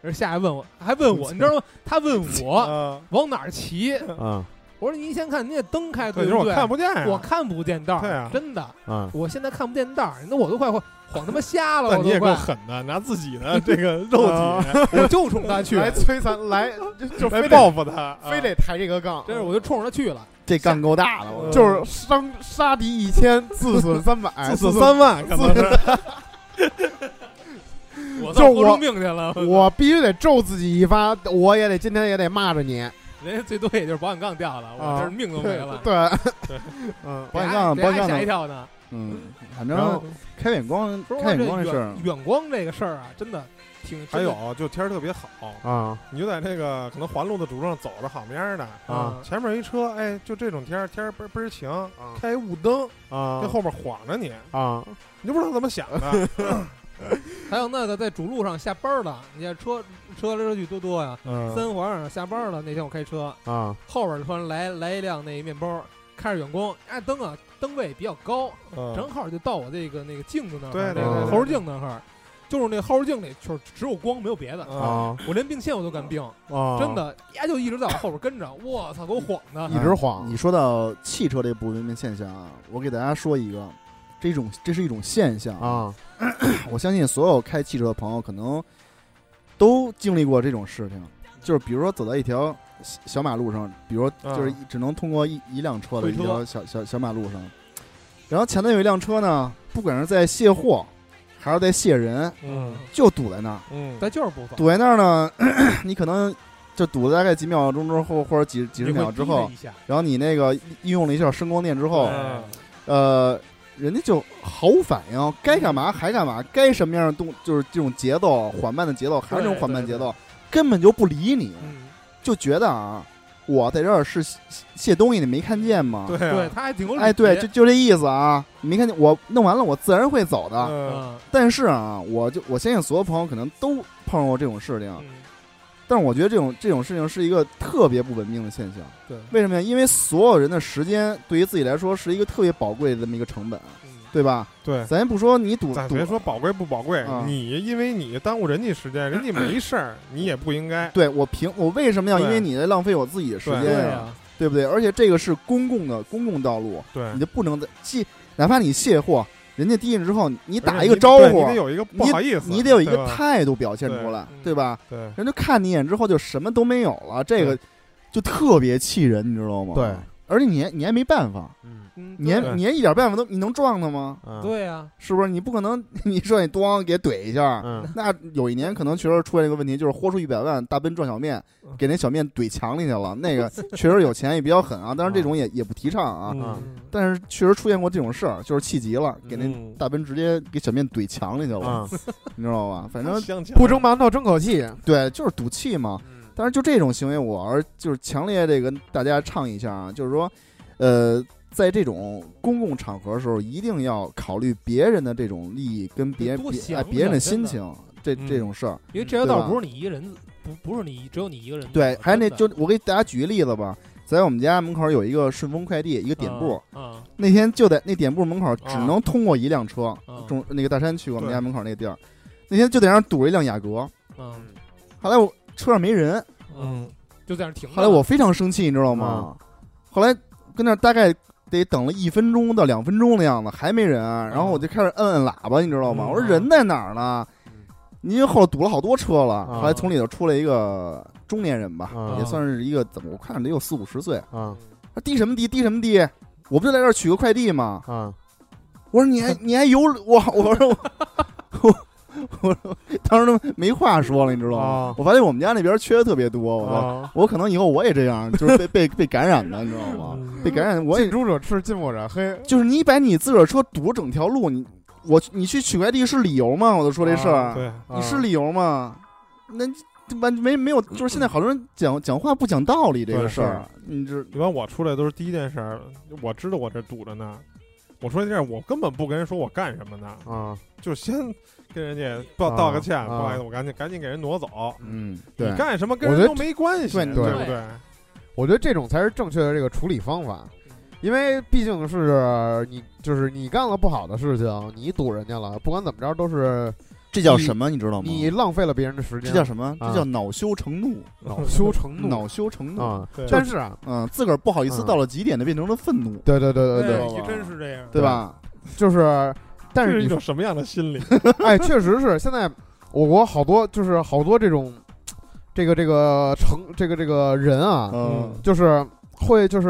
人下来问我，还问我，你知道吗？他问 我
啊，
往哪儿骑，
啊
我说您先看您那灯开
对，就是
不
我
对？
看不见呀，
我看不见道儿，
对啊
真的，
啊！
我现在看不见道儿，那我都快 晃晃他妈瞎了，
但
我
你也
都
够
快，
狠的，拿自己的这个肉体
我就冲他去，
啊 来摧残，来就就
来
非得
报复他，啊
非得抬这个杠，
真是我就冲着他去了。
这杠够大了，我
就是伤杀敌一千，自损三 百，
自损三万，可能是
我
就是
到活
我
出命去了，
我必须得咒自己一发，我也得今天也得骂着你。
人家最多也就是保险杠掉了，我
啊
这命都没了。
对，嗯，
保险杠，
别
保
还
险
吓一
杠，
跳呢。
嗯，反
然后
正开远光，
说实
开
话，
远
这
光这事儿
远，远光这个事儿啊，真的挺
还有就天儿特别好，
啊
你就在那个可能环路的主路上走着，好面儿的，
啊
前面一车，哎，就这种天儿，天儿倍儿倍儿晴，开一雾灯，
啊
这后面晃着你，
啊
你就不知道怎么想的，
还有那个在主路上下班儿的，你看车车来车去多多呀。
嗯，
三环上下班儿了，那天我开车，
啊
后边儿突然来来一辆那面包，开着远光，哎灯啊灯位比较高，正
嗯
好就到我这个那个镜子那儿，
对
那
对
个
对
后视镜那儿，就是那后视镜里就是只有光没有别的，
啊，
啊
我连并线我都敢并，
啊！
真的，丫就一直在我后边跟着，我操，给我晃的
一直晃
啊你说到汽车这不文明现象啊，我给大家说一个，这种这是一种现象，
啊
我相信所有开汽车的朋友可能都经历过这种事情，就是比如说走到一条小小马路上，比如
嗯
就是一只能通过一一辆车的
会
一
车
条小小小马路上，然后前头有一辆车呢，不管是在卸货还是在卸人，
嗯
就堵在那儿，
嗯，
他就是不放，
堵在那儿呢， 咳咳你可能就堵了大概几秒钟之后，或者几几十
你会
秒之
滴
后
它，一下
然后你那个应用了一下声光电之后，
哎
呃，人家就毫无反应，该干嘛还干嘛，该什么样的动就是这种节奏，缓慢的节奏还是这种缓慢节奏，根本就不理你，
嗯，
就觉得啊，我在这儿是卸卸东西，你没看见吗？，
对
对，
啊，
他还挺有礼
哎，对，就就这意思啊，你没看见我弄完了，我自然会走的。
嗯
嗯
但是啊，我就我相信所有朋友可能都碰上过这种事情，
嗯
但是我觉得这种这种事情是一个特别不文明的现象。
对，
为什么呀？因为所有人的时间对于自己来说是一个特别宝贵的这么一个成本，
嗯
对吧？
对。
咱不说你赌
咱
赌
别，说宝贵不宝贵，
啊
你因为你耽误人家时间，人家没事儿，你也不应该。
对我凭我为什么要
对
因为你在浪费我自己的时
对啊
间呀、
呀，
对不对？而且这个是公共的公共道路，
对
你，就不能再卸，哪怕你卸货，人家滴进之后，你
你
打一个招
你得
呼，
有一个不好意思，
你得有一
对
个
吧嗯
态度表现出来，
对
对吧？
对，
人就看你一眼之后就什么都没有了，这个就特别气人，你知道吗？
对，
而且你还你还没办法，
嗯
嗯，
你还
对
你还一点办法都你能撞他吗？
啊
对呀，
是不是？你不可能， 你说你咣给怼一下，
嗯
那有一年可能确实出现一个问题，就是豁出一百万大奔撞小面，
嗯
给那小面怼墙里去 了。那个确实有钱也比较狠啊，当然这种也也不提倡啊。
嗯
嗯
但是确实出现过这种事儿，就是气急了，给那
嗯
大奔直接给小面怼墙里去了，
嗯
啊，
你知道吧？反正
相见
不蒸馒头争口气，
对，就是赌气嘛。
嗯
但是就这种行为，我而就是强烈这跟大家倡议一下啊，就是说，呃。在这种公共场合的时候，一定要考虑别人的这种利益跟别
多
别
想
哎别人的
想真
心
的
情，这
嗯
这种事儿，
因为这条道
对吧
不是你一个人，不不是你只有你一个人的，
对，还有那
啊真的
就我给大家举个例子吧，在我们家门口有一个顺丰快递，一个点部，，
嗯
那天就在那点部门口只能通过一辆车，
嗯
中那个大山去过我们
嗯对
家门口那个地儿，那天就在那儿堵了一辆雅阁，
嗯
后来我车上没人，
嗯，
嗯
就在那儿停着。
后来我非常生气，你知道吗？后来跟那儿大概。得等了一分钟到两分钟的样子，还没人，然后我就开始摁摁喇叭，你知道吗？
嗯
我说人在哪儿呢？因为后头堵了好多车了，
啊
嗯
后来从里头出来一个中年人吧，
啊
也算是一个怎么我看着得有四五十岁，
啊
他滴什么滴？滴什么滴？我不就在这儿取个快递吗？
啊
我说你还你还有我？我说我我 我说当时都没话说了，你知道吗
啊？
我发现我们家那边缺特别多，我操！
啊！
我可能以后我也这样，就是被被被感染的，你知道吗？
嗯
被感染，我
近
也
朱者赤，近墨者黑。
就是你把你自个儿车堵整条路，你我去你去取快递是理由吗？我都说这事
啊
儿，
对，
你是理由吗？那完没没有，就是现在好多人讲讲话不讲道理这个
对
事儿，你知
一般我出来都是第一件事儿，我知道我这堵着呢，我说这样我根本不跟人说我干什么呢，
啊
就先跟人家道
啊
道个歉，
啊
不好意思，我赶紧赶紧给人挪走。
嗯，
你
对，
干什么跟
我
人
觉
都
得
没关系，
对
不
对
对？
我觉得这种才是正确的这个处理方法，因为毕竟是你就是你干了不好的事情，你堵人家了，不管怎么着都是
这叫什么？你知道吗？
你浪费了别人的时
这
间，
叫什么？
啊
这叫恼羞成怒，
恼羞成怒
恼羞成怒。
啊！
对
但是啊，
嗯，自个儿不好意思
嗯
到了极点的变成了愤怒，
对对对对呃对，
对
真是这样。
对吧？
就是，但
这
是
是
你
一
说
种什么样的 心理？
哎，确实是现在我国好多就是好多这种，这个这个成这个这个人啊，
嗯
就是会就是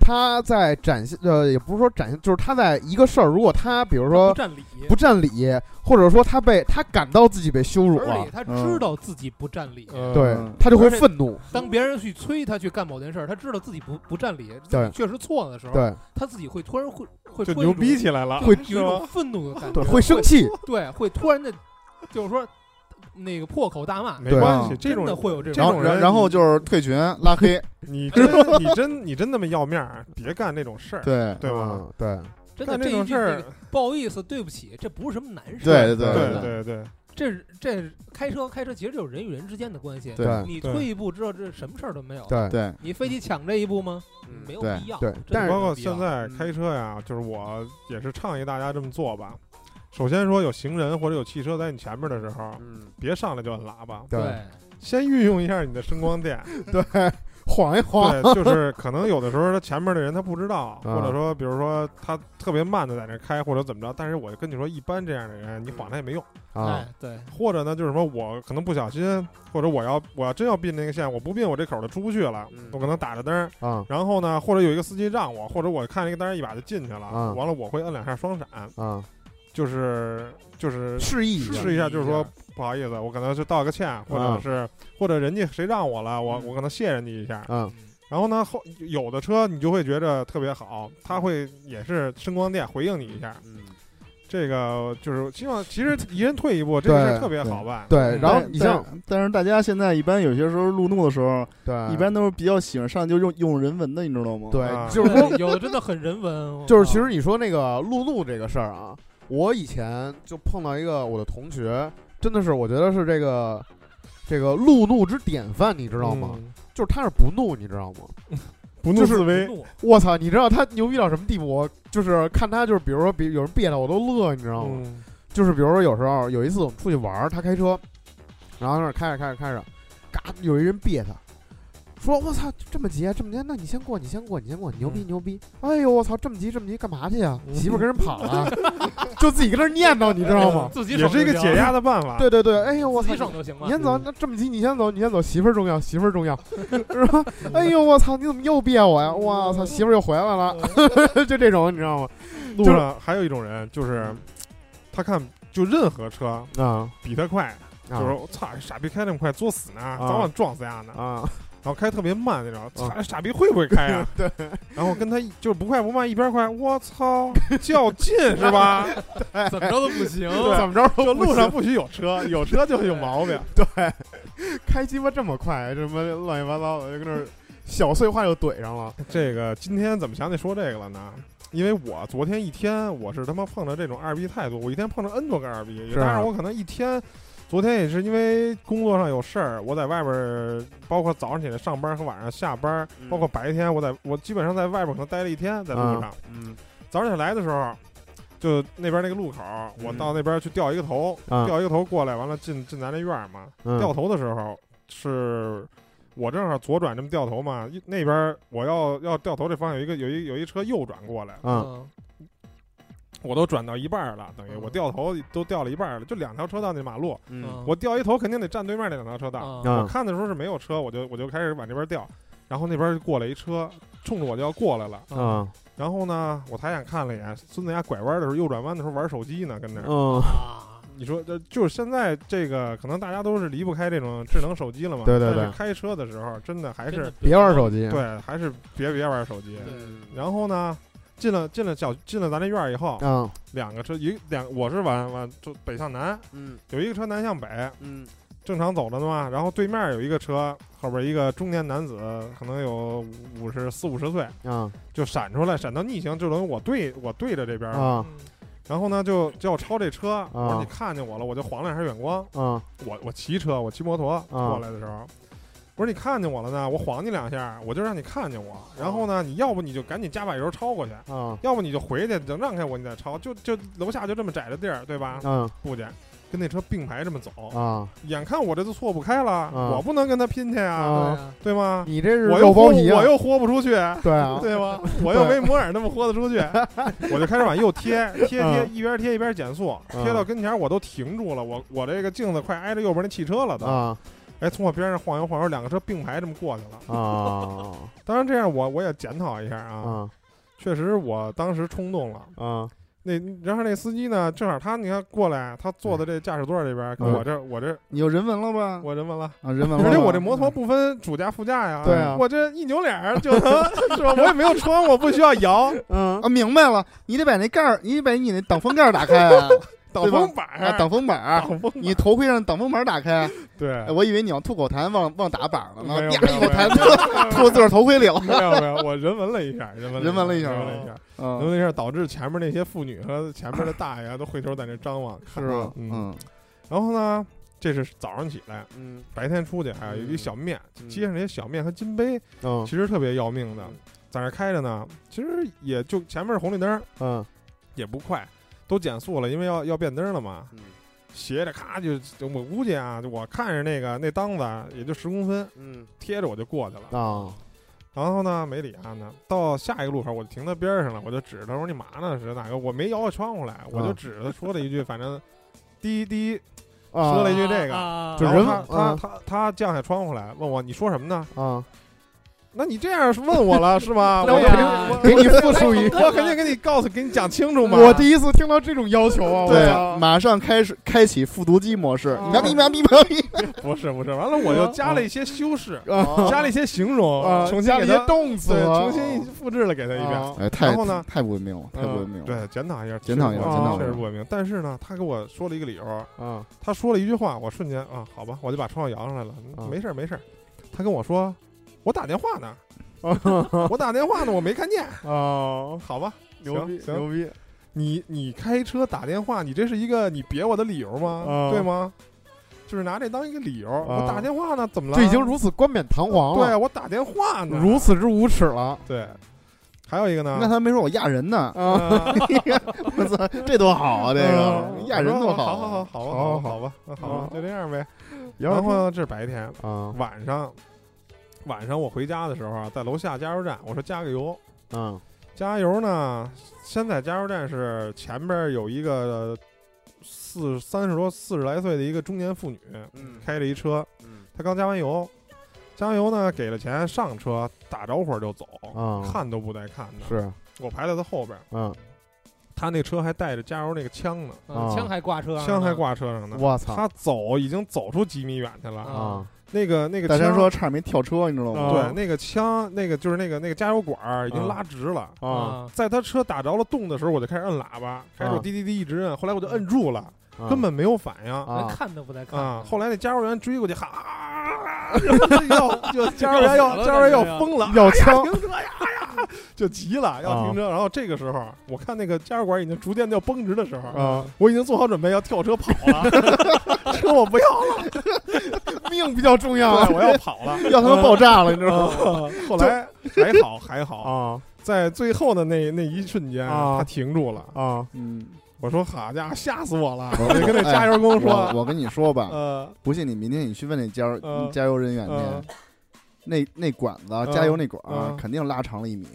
他在展现呃，也不是说展现，就是他在一个事儿，如果他比如
不
说
占理，
不占理，或者说他被他感到自己被羞辱
而
了
且，他知道自己不占理。
嗯
对
嗯
他就会
而且
愤怒，
当别人去催他去干某件事儿，他知道自己不不占理，自
对
己确实错了的时候，
对
他自己会突然会会
就
突然
牛
有
逼
一
起来了
种，
会
有一种愤怒的感觉，
对，会生气，
对，会突然的，就是说那个破口大骂，
没
对
关系，
嗯
这
真
种
的会有这
这
然
种。
后，
种人
然然后就是退群拉 黑，
你真你真你真那么要面儿，别干那种事儿，
对
对吧？
嗯？对，
真的
干
这
这
一
种
句
事
那
儿
个，不好意思，对不起，这不是什么难事。
对对
对对对，
这这开车开车其实就是人与人之间的关系。
对
对
你
对
退一步，知道这什么事儿都没有。
对
对，
你非得抢这一步吗？没有
对
必要。
对
真的
但是嗯
嗯
没
包
有
括
必要
现在开车呀，就是我也是倡议大家这么做吧。首先说有行人或者有汽车在你前面的时候，
嗯，
别上来就按喇叭，
对
对
先运用一下你的声光电。
对，晃一晃，
对，就是可能有的时候他前面的人他不知道，
啊
或者说比如说他特别慢的在那开或者怎么着，但是我就跟你说，一般这样的人你晃他也没用。
啊
哎，对
或者呢，就是什么我可能不小心，或者我要我要真要并那个线，我不并我这口儿就出不去了，
嗯
我可能打着灯儿，
啊
然后呢，或者有一个司机让我，或者我看这个单一把就进去了，
啊
完了我会摁两下双闪，
啊，
就是就是
示意一下
试一下，就是说不好意思，我可能是道个歉，或者是、或者人家谁让我了，我
嗯
我可能谢人家一下。
啊，
然后呢，后有的车你就会觉着特别好，他会也是声光电回应你一下。
嗯，
这个就是希望，其实一人退一步，这个事
对
儿特别好办。
对，然后
但
你像
但啊但是大家现在一般有些时候路怒的时候，
对，
一般都是比较喜欢上来就用用人文的，你知道吗？
对，
啊
就是 说，
有的真的很人文。啊 我
就是
靠
其实你说那个路怒这个事儿啊，我以前就碰到一个我的同学，真的是我觉得是这个这个路怒之典范，你知
知
道吗？？就是他是不怒，你知道吗？
嗯不怒
就是
自威，
怒
我操，你知道他牛逼到什么地步？我就是看他就是比如说比有人别他，我都乐，你知道吗？
嗯
就是比如说有时候有一次我们出去玩儿，他开车，然后在那儿开着开着开着，嘎，有一人别他，说我操这么急啊这么急，那你先过你先过你先过，牛逼
嗯
牛逼！哎呦我操这么急这么急干嘛去 啊？
嗯
媳妇儿跟人跑了， 就自己跟那儿念叨，你知道吗？
自己
也
爽
是一个
就行
解压的办法。
对对对，哎呦我
自
操
己！爽就行
你
了。
先走，
嗯
那这么急，你先走，你先走，媳妇儿重要，媳妇儿重要， 是吧？哎呦，我操，你怎么又别我呀？我操，媳妇儿又回来了，
嗯
就这种，你知道吗？
路
就是嗯
上还有一种人，就是他看就任何车
啊，
比他快，就
啊
是我操，傻逼开那么快，作死呢，早晚撞死丫呢。
啊，
然后开特别慢那种，操，傻逼会不会开 啊？对。然后跟他一就是不快不慢，一边快，我操，较劲是 吧？
怎么着都不行。
怎么着
嗯就
都不
路
行
上不许有车，有车就有毛病。
开鸡巴这么快，这什么乱七八糟的，就跟那儿小碎话就怼上了。
这个今天怎么想起说这个了呢？因为我昨天一天我是他妈碰到这种二逼太多，我一天碰到 N 多个二逼，
是啊
当然我可能一天，昨天也是因为工作上有事儿，我在外边儿，包括早上起来上班和晚上下班，
嗯
包括白天我在我基本上在外边可能待了一天，在路上，
嗯
早上起来的时候。就那边那个路口，我
嗯
到那边去掉一个头，
啊
掉一个头过来，完了进进咱这院儿嘛。
嗯
掉头的时候是我正好左转这么掉头嘛，一那边儿我要要掉头这方向有一个有一有一车右转过来，
啊
嗯
我都转到一半儿了，等于
嗯
我掉头都掉了一半儿了，就两条车道那马路，
嗯
我掉一头肯定得占对面那两条车道。
啊
嗯
我看的时候是没有车，我就我就开始往这边掉，然后那边过来一车，冲着我就要过来了。
嗯
啊
然后呢，我抬眼看了一眼，孙子家拐弯的时候右转弯的时候玩手机呢，跟那儿。
嗯，
啊
你说，这就是现在这个，可能大家都是离不开这种智能手机了嘛。
对对对
但是开车的时候，真的还
真
是
的
别玩手机。，
对，还是别别玩手机。
对
然后呢，进了进了小进了咱这院儿以后，
嗯
两个车一两，我是往往就北向南，
嗯
有一个车南向北，
嗯
正常走着的嘛。然后对面有一个车，后边一个中年男子，可能有五十四五十岁，
啊
就闪出来，闪到逆行，就等于我对我对着这边儿。
啊
然后呢，就叫我超这车，我
啊
说你看见我了，我就晃了两下远光。
啊
我我骑车，我骑摩托
啊
过来的时候，我说你看见我了呢，我晃你两下，我就让你看见我。然后呢，你要不你就赶紧加把油超过去，
啊
要不你就回去，等让开我你再超。就就楼下就这么窄的地儿，对吧？
嗯
不去，跟那车并排这么走，
啊，
眼看我这就错不开了，我不能跟他拼去
啊
嗯
啊，对吗？
你这是
我又
肉
豁
包皮啊
我？又豁不出去，
对啊，
对吗？我又没摩尔那么豁得出去，我就开始往右贴，贴贴，一边贴一边减速，
嗯
贴到跟前儿我都停住了，我我这个镜子快挨着右边那汽车了都，
啊
哎，从我边上晃悠晃悠，两个车并排这么过去了。
啊
当然这样我我也检讨一下啊，
啊
确实我当时冲动了。
啊
那然后那司机呢，正好他你看过来，他坐在这驾驶座这边，跟
嗯
我这我这
你有人文了吧？
我人文了。
啊，人文了吧。
而且我这摩托不分主驾副驾呀，
对啊
我这一扭脸儿就能 是吧？我也没有窗，我不需要摇
嗯
啊，明白了，你得把那盖儿，你得把你那挡风盖儿打开 啊，
挡风板
啊，
儿，
挡风板儿，
挡风板儿，
你头盔上挡风板儿打开。
对
哎，我以为你要吐口痰，忘忘打板儿了
没有
呢，
没
啊啪
有
一口痰
没
吐吐自个儿头盔里了。
没有没有，我人文了一下，人文
人文了一下啊
人文了一下，人
嗯，
文了一下，导致前面那些妇女和前面的大爷啊都回头在那 张望。
是吧？
嗯
嗯，
然后呢，这是早上起来，
嗯
白天出去还有一堆小面，
嗯
街上那些小面和金杯
嗯
其实特别要命
嗯
的，在那开着呢，其实也就前面是红绿灯，
嗯
也不快，都减速了，因为要要变灯了嘛。
嗯
斜着咔就，就我估计啊，就我看着那个那档子啊也就十公分，
嗯
贴着我就过去了。
啊
然后呢，没理他呢。到下一个路口，我就停他边上了，我就指着他我说：“你嘛呢？是哪个？”我没摇过窗户来，我就指着他说了一句，反正滴滴。
啊
说了一句这个
个
就
然
是人
后他他
嗯
他他降下窗户来问我：“你说什么呢
啊？”
那你这样 是问我了是吧？我
对
就
呀
我
给你复述 一，
我肯定给你告诉，给你讲清楚嘛。
我 第一次听到这种要求
嗯
啊！
对
我
哦
操，
马上开始开启复读机模式，
哦
你妈逼你妈逼你妈逼！
不是不是，完了我又加了一些修饰，
啊
加了一些形容，
啊，
重新
加了
给
一些
他
动词
对，
啊，
重新复制了给他一遍。
啊
哎，太
然后呢
太不文明了，太不文明
嗯
了。
对，检讨一下，
检讨一下
确实
检讨一下
确实不文明。但是呢，他给我说了一个理由，
啊
他说了一句话，我瞬间啊，好吧，我就把窗户摇上来了，嗯
啊
没事儿没事儿。他跟我说，我打电话呢，
啊
我打电话呢，我没看见。
啊！
好吧，
牛逼
行行，
牛逼
你你开车打电话，你这是一个你别我的理由吗？
啊
对吗？就是拿这当一个理由，
啊
我打电话呢，怎么了？
这已经如此冠冕堂皇
对啊
了，
我打电话呢，
如此之无耻了
对。还有一个呢，
那他没说我压人呢，
啊！
我操，这多好啊！这 个
嗯
压人多
好，好
好
好
啊，
好
好
好好吧，那好吧
嗯，
就这样呗。
然
然
后
后这是白天，
啊
晚上，晚上我回家的时候啊，在楼下加油站，我说加个油，
嗯
加油呢，先在加油站是前边有一个四三十多四十来岁的一个中年妇女，
嗯
开着一车，
嗯
她刚加完油，加完油呢给了钱上车，打着火就走，
啊
看都不带看的，
是
我排在她后边，
嗯
她那车还带着加油那个枪呢，
啊
嗯枪还挂车上呢，
枪还挂车上呢。
我操
他走已经走出几米远去了，
啊
那个那个嗯
大
枪
山说差点没跳车，你知道吗？
啊
对，那个枪，那个就是那个那个加油管儿已经拉直了。
啊
啊，
在他车打着了洞的时候，我就开始摁喇叭，开始我滴滴滴一直摁，后来我就摁住了，
啊
根本没有反应啊
啊
连看都不带看
后来那加油员追过去，哈，啊要就加油员
要死
要
了
加油员
感觉
要
要
疯了，
要枪
停车呀呀，就急了要停车。然后这个时候，我看那个加油管已经逐渐要绷直的时候，
啊，
我已经做好准备要跳车跑了，车我不要了，
命比较重要
对我 要跑了。
要他妈爆炸了，你知道吗？
啊后来还好还好，
啊
在最后的那那一瞬间，
啊
他停住了。
啊
嗯，
我说：“好家伙，吓死我了！”
我
我就跟那加油工
我
说
我跟你说：“吧，
呃，
不信你明天你去问那加油
嗯
加油人员
嗯
去，那那管子加油那管儿
嗯
肯定拉长了一米，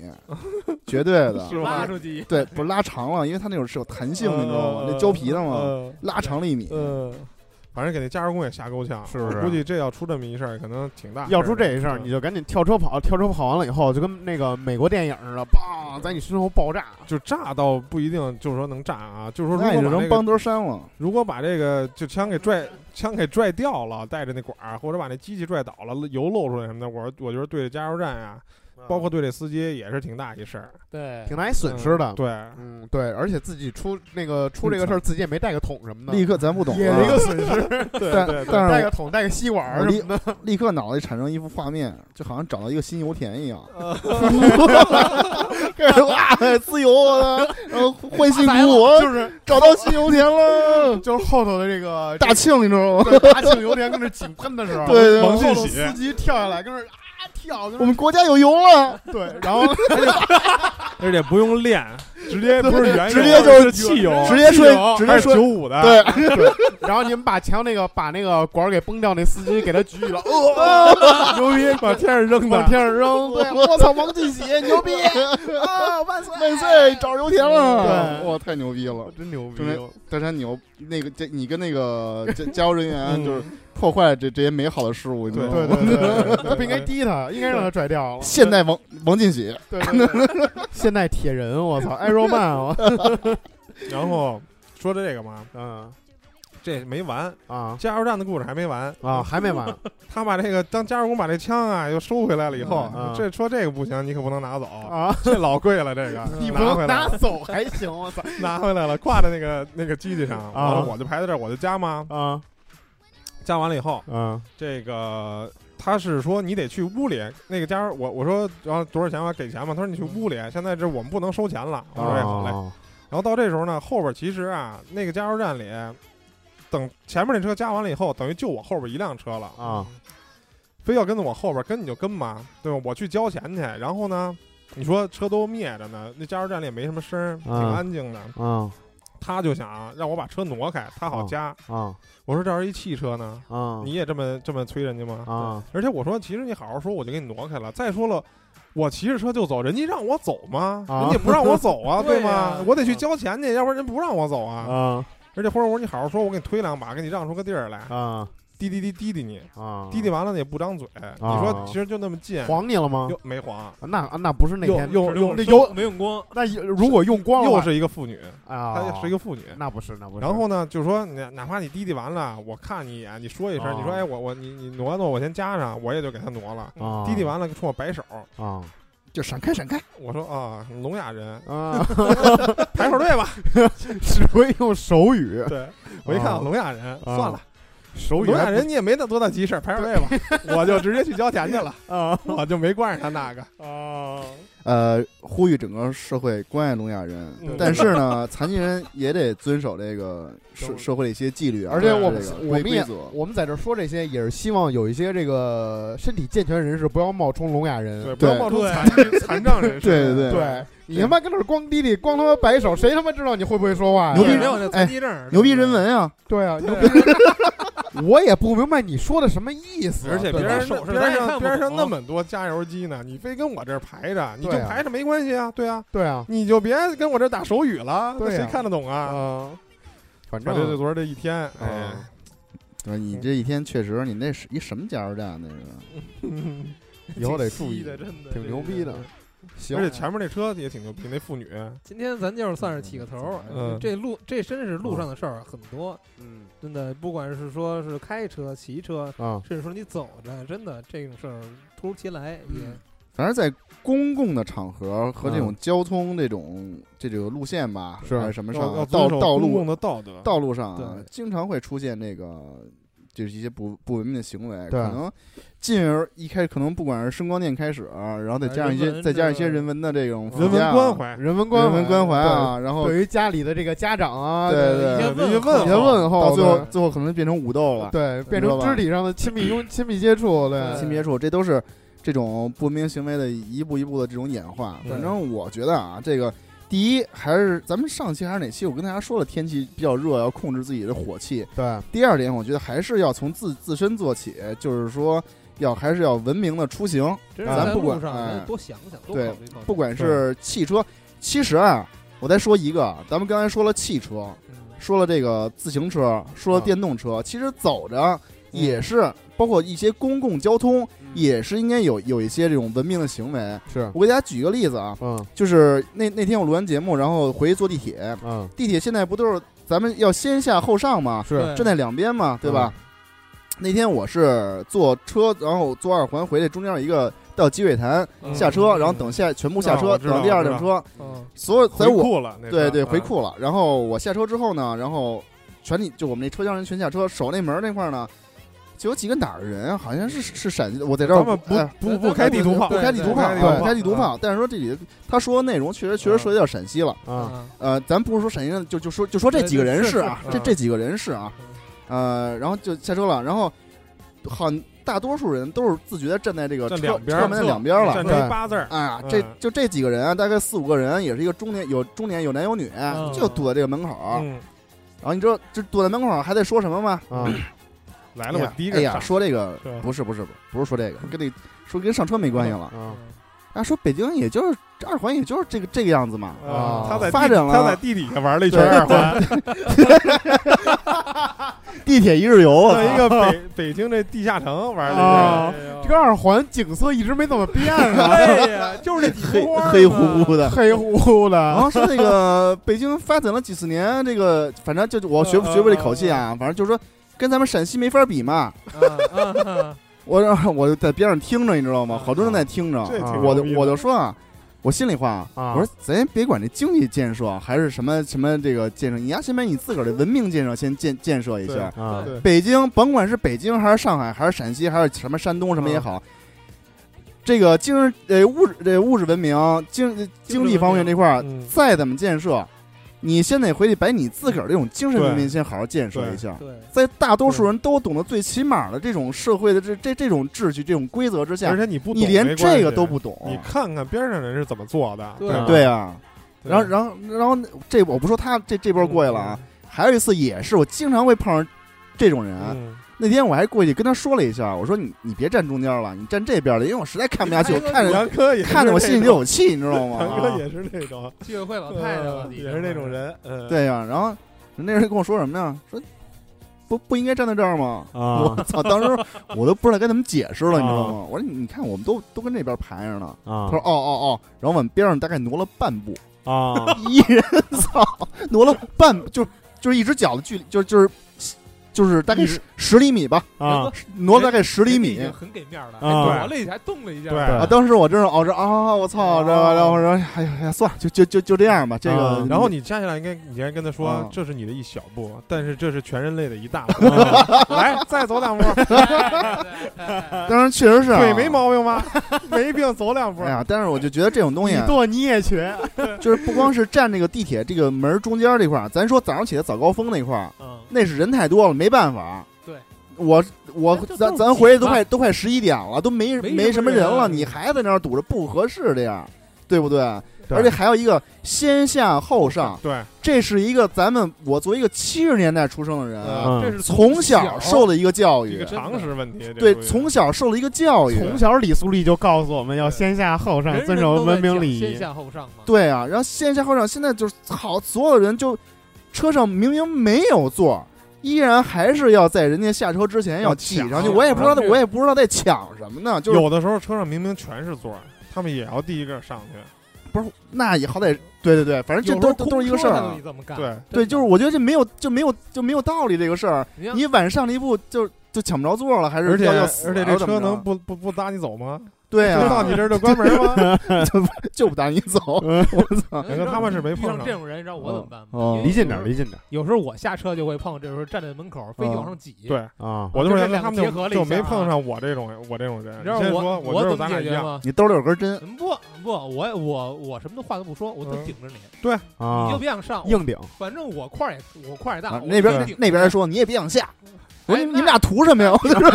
绝对的
是。吧
拉出去，
对，不是拉长了，因为它那种是有弹性，你知道吗？
呃
那胶皮的嘛，
呃
拉长了一米。
呃，反正给那加油工也吓够呛，
是不是
我估计这要出这么一事儿，可能挺大。
要出这一事儿，你
就
就赶紧跳车跑，跳车跑完了以后，就跟那个美国电影似的，梆在你身后爆炸。
就炸到不一定，就是说能炸啊，就是说
那你就
如果把
成
这个
邦德山了，
如果把这个就枪给拽枪给拽掉了，带着那管儿，或者把那机器拽倒了，油漏出来什么的，我我觉得对着加油站呀、啊包括对这司机也是挺大一事儿，
对，
挺大一损失的。
对，
嗯，对，而且自己出那个出这个事儿，自己也没带个桶什么的，
立刻咱不懂
嗯也是一
了
个，损 失。
对
但
对对。
但
带
是
个桶，带个吸管
我
儿
立
什么的，
立刻脑袋产生一幅画面，就好像找到一个新油田一样，开始哇自由啊，然后欢欣鼓舞，
就是
找到新油田了，
就是后头的这个
大庆你知道吗？
这个大庆油田跟那井喷的时候，
对对
后头
王进喜
司机跳下来跟那儿啊跳，跟
我
那
们国家有油了，
儿对，然后
而且不用练，直接不是原油，
直接就是
汽油，
直接
汽油
说直接
九
说
五的，
对，
然后你们把墙那个把那个管儿给崩掉，那司机给他举起了，哦，
牛逼，把天上扔
往
的，
天上扔，对， 啊我操，王进 喜牛逼啊，万岁嗯
万岁，找着油田了，
对
哇，太牛逼了！
真牛逼哦
真！的大山牛，那个这你跟那个加加油人员
嗯
就是破坏这这些美好的事物，你知道
对
吗？
对对对，
对
他不应该滴他，应该让他拽掉了。
现代王王进喜，
对对对，现代铁人，我操，啊艾若曼，我
然后说的这个嘛，
嗯
这没完，
啊
加油站的故事还没完
啊，！还没完，
他把这个当加油工把这枪啊又收回来了以后
嗯，
这说这个不行，你可不能拿走，
啊，
这老贵了，这个
你不能
哦拿回来
拿
了
走还行，我操
拿回来了，挂在那个那个机器上，
啊
完了我就排在这儿，我就加嘛，
啊
加完了以后，
啊
这个他是说你得去屋里那个加油，我我说然后多少钱我给钱嘛，他说你去屋里，现在这我们不能收钱了，我说哎好嘞，
啊！
然后到这时候呢，后边其实啊，那个加油站里，等前面那车加完了以后，等于就我后边一辆车了
啊，
非要跟着我后边跟你就跟嘛，对吧？我去交钱去，然后呢，你说车都灭着呢，那加油站里也没什么声儿，挺
啊
安静的。
啊
他就想让我把车挪开，他好加。
啊
我说这要是一汽车呢，
啊
你也这么这么催人家吗？
啊！
而且我说，其实你好好说，我就给你挪开了。再说了，我骑着车就走，人家让我走吗？
啊嗯
人家不让我走 啊，
对
对吗？
呀
我得去交钱去，要不然人不让我走啊。
啊
而且或者我说你好好说，我给你推两把，给你让出个地儿来，
啊
滴滴滴滴滴你，
啊！
滴滴完了你也不张嘴，你说其实就那么近，
黄啊你了吗？
又没黄，
那那不是那天
又又
那
那
有
没用光，
那有如果用光了
又是一个妇女，
啊，
她是一个妇女。
那不是那不是。
然后呢，就说你哪怕你滴滴完了，我看你一眼，你说一声，
啊
你说哎我我你你挪挪，我先加上，我也就给他挪了。
啊
滴滴完了冲我摆手，
啊
就闪开闪开，
我说啊聋哑人
啊，
排会儿队吧。
只会用手 语，
对我一看
啊
聋哑人，
啊
算了，
手语
聋
还
哑人你也没那多大急事儿，排会儿队吧，我就直接去交钱去了，
啊
我就没惯着他那个。
啊
呃，呼吁整个社会关爱聋哑人
嗯，
但是呢，残疾人也得遵守这个社社会的一些纪律啊，
而且我
这
们
个
我
规
们
规
也
则，
我们在这说这些，也是希望有一些这个身体健全人士不要冒充聋哑人。
对，不要冒充残疾 残障人士。
对对
对你他妈跟那儿光滴滴，光他妈摆手，谁他妈知道你会不会说话呀？
牛逼
也
人
哎没有那残疾证，
牛逼人文啊，
对啊，牛
对
逼！我也不明白你说的什么意思。啊
而且别人
手势
别
咱
人
也看
上
不
别人上
懂
那么多加油机呢，你非跟我这儿排着，你就
对啊
排着没关系啊，对啊，
对啊，
你就别跟我这儿打手语了，
对啊
那谁看得懂啊？
嗯，反
反
正
正就昨儿这一天，哎，
啊
对你这一天确实，你那是一什么加油站那是？
以后得
挺
注
稀
意
的，真的
挺牛逼的。行
而且前面那车也挺牛逼，那妇女，
今天咱就是算是起个头儿，
嗯
这路这真是路上的事儿很多，
嗯
真的，不管是说是开车、骑车，
啊
甚至说你走着，真的这种事儿突如其来也
嗯
反正在公共的场合和这种
嗯
交通这种这这个路线吧，
是
还是什么
要
上
要
啊道
遵守
道
公
路
共的道德，
道路上啊
对，
经常会出现这个就是一些不不文明的行为，
对
可能进而一开始可能不管是声光电开始，然后再加上一
人
些
文
再加上一
这
些
个
人文的这种附
人
加
文
啊
关，怀，
哎人文关
人文关怀，啊，
对
然后
对于家里的这个家长啊，
对
对
对
一些
一些
问
问
一些
候
问候，
到最后
对
最后可能变成武斗了，
对，变
知道
成
吧
肢体上的亲密拥亲密接触，对，
亲密接触，这都是这种不文明行为的一步一步的这种演化。
对
反正我觉得啊，这个第一还是咱们上期还是哪期，我跟大家说了，天气比较热，要控制自己的火气。
对
第二点，我觉得还是要从自自身做起，就是说要还是要文明的出行，
真是
咱
在
不
路
管
上
哎
咱多想想，多
对
考虑考虑。
不管是汽车。其实啊，我再说一个，啊咱们刚才说了汽车，
嗯
说了这个自行车，说了
啊
电动车，其实走
嗯
着也是，包括一些公共交通也是应该有有一些这种文明的行为。
是，
我给大家举个例子啊，
嗯
就是那那天我录完节目，然后回去坐地铁，
嗯
地铁现在不都是咱们要先下后上嘛，
是
对
站在两边
嗯
嘛，对吧？那天我是坐车，然后坐二环回来，中间有一个到积水潭
嗯
下车，
嗯
然后等下全部下
啊
车，
我知道
等第二
我知
等
道
车，
嗯，
所有在
回
我
库了，那
对
边
对
啊
回库了。然后我下车之后呢，然后全体就我们那车厢人全下车，守那门儿那块儿呢，就有几个哪儿人，啊好像是是陕西的，我在这儿
咱们不
哎
不不开地图炮，嗯
不开地图炮，
对
不开地图炮。但是说这里他说的内容确实确实涉及到陕西了。
啊，
嗯
呃，咱不是说陕西人，就就说就说这几个人是啊，这
对嗯对是是
这几个人是啊，呃，然后就下车了，然后很大多数人都是自觉地站在这个
这
车
两边
车
儿
门的两边儿了
站。
对
成一八字儿，
哎呀，这
嗯
就这几个人啊，大概四五个人，也是一个中年有中年有男有女，
嗯
就堵在这个门口。
嗯，
然后你知道这堵在门口还在说什么吗？
啊，
来
哎
了，我
呀
第一，
哎
个
呀，
上，
说这个
是吧嗯
不是不是不是说这个，跟那说跟上车没关系了。
啊，
啊，说北京也就是这二环也就是这个这个样子
嗯
嘛。
啊
呃他在地
发展了
他在地底下玩了一圈啊
对
二环，
地铁一日游，我
在一
操
个北北京这地下城玩
啊
了
哎
一圈，
这个二环景色一直没怎么变啊，
对呀，就是这几
黑
幅画儿
黑
嘛
乎乎 的。
黑乎乎
然
的，
后说那个北京发展了几十年，这个反正就是我学不
嗯
学不这口气啊，反正就是说跟咱们陕西没法比嘛。
嗯嗯
我让我在边上听着，你知道吗？
嗯
好多人在听着
这，挺
啊
我
牛
就
逼的
我就说啊，我心里话
啊
我说咱也别管这经济建设啊还是什么什么这个建设，你呀先把你自个儿的文明建设先建建设一
对
下。
啊
对
北京甭管是北京还是上海还是陕西还是什么山东什么也好，这个经呃物质这物质文明经经济方面这块儿
嗯
再怎么建设，你先得回去把你自个儿这种精神文明先好好建设一下。
对，
在大多数人都懂得最起码的这种社会的这这这种秩序、这种规则之
而
下，
且你不懂
啊你连
没关
这个
系
都不，懂，
你看看边上人是怎么做的，
对
吧
对啊。
对
然后，然后，然后这我不说他这这波过去了啊，，还有一次也是我经常会碰上这种人。啊
嗯
那天我还过去跟他说了一下，我说你你别站中间了，你站这边了，因为我实在看不下去，我看
嗯
着
杨哥也是
看着我心里
那
就
种
有气，你知道吗？
杨
啊
哥也是那种，
居委会老太太了，
嗯
你
也是那种，人，嗯，
对呀、然后那人跟我说什么呀？说不不应该站在这儿吗？
啊
我操！当时我都不知道该怎么解释了，你知道
啊
吗？我说你看，我们都都跟这边排着呢。他
啊
嗯
说哦哦哦，然后往边上大概挪了半步，
啊
一人操挪了半步，就就是一只脚的距离，就就是就是大概十十厘米吧，
啊
挪了大概十
十
厘米
很给面儿了，
啊
还躲了一下，还动了一下，
对
对
啊！当时我真是，哦，这啊，我操，这然后我说，哎呀哎呀，算了，就就就就这样吧，这
啊
个。
然后你接下来应该，你应该跟他说
啊，
这是你的一小步，但是这是全人类的一大步。
嗯
来，再走两步，
当然确实是啊
腿没。毛病吧？没病，走两步
哎。呀，但是我就觉得这种东西啊，
跺你也瘸
就是不光是站这个地铁这个门儿中间儿这块儿，咱说早上起来早高峰那块儿，
嗯，
那是人太多了，没办法。
对，
我我
这这
咱
都
咱
是
回去
挤
都
嘛
快都快十一点了，都没
没
没
什
什么
么
人
人
了，
啊
你还在那儿堵着，不合适这样，对不对？
对
而且还有一个先下后上，
对，
这是一个咱们我作为一个七十年代出生的人，啊
嗯
这是
呃从小受的一个教
一
育
个，常识问题。
对，
这属于
从小受了一个教育，
从小李素丽就告诉我们要先下后上，
人人
遵守
都在
文明
讲
礼
先
仪。
下后上嘛，
对啊，然后线下后场现在就是好，所有人就车上明明没有座，依然还是要在人家下车之前
要
挤
抢
上去。我也不知道
这，个
我也不知道在抢什么呢，就是
有的时候车上明明全是座儿，他们也要第一个上去。
不是那也好歹对对对，反正这都都都是一个事儿啊。
你这么干，
对，
对，就是我觉得这没有就没有就没有道理这个事儿。
你要
你晚上了一步就就抢不着座了，还是
而且
要要死
而且
了
这
怎么
车
着
能不不不搭你走吗？
对
就到
啊，
你这儿就关门 吗？
就不搭你走，
嗯
我操！
可能他们是没
遇
碰
上
上
这种人，你知道我怎么办
哦
吗？因为
离近点儿，
嗯
有时候
离近点儿
有时候我下车就会碰，这时候站在门口，非得往上挤。，
对，
啊！
我就
就是这
觉得
两
他
个
们
结
就
合了一下
就
啊
没碰上我这种我这种人。
你
你
知道
先说，
我
我觉得
怎
咱俩
么解
一
决
样。
吗？
你兜里有根 针，
嗯不不，我我我什么话都不说，我就
嗯
顶着你，你
啊
就，别想上，
硬顶
反正我块儿也我块儿也大
啊，那边
我
那
就顶
那边还说你也别想下，我说
哎
你你
那
们俩图什么呀？我就说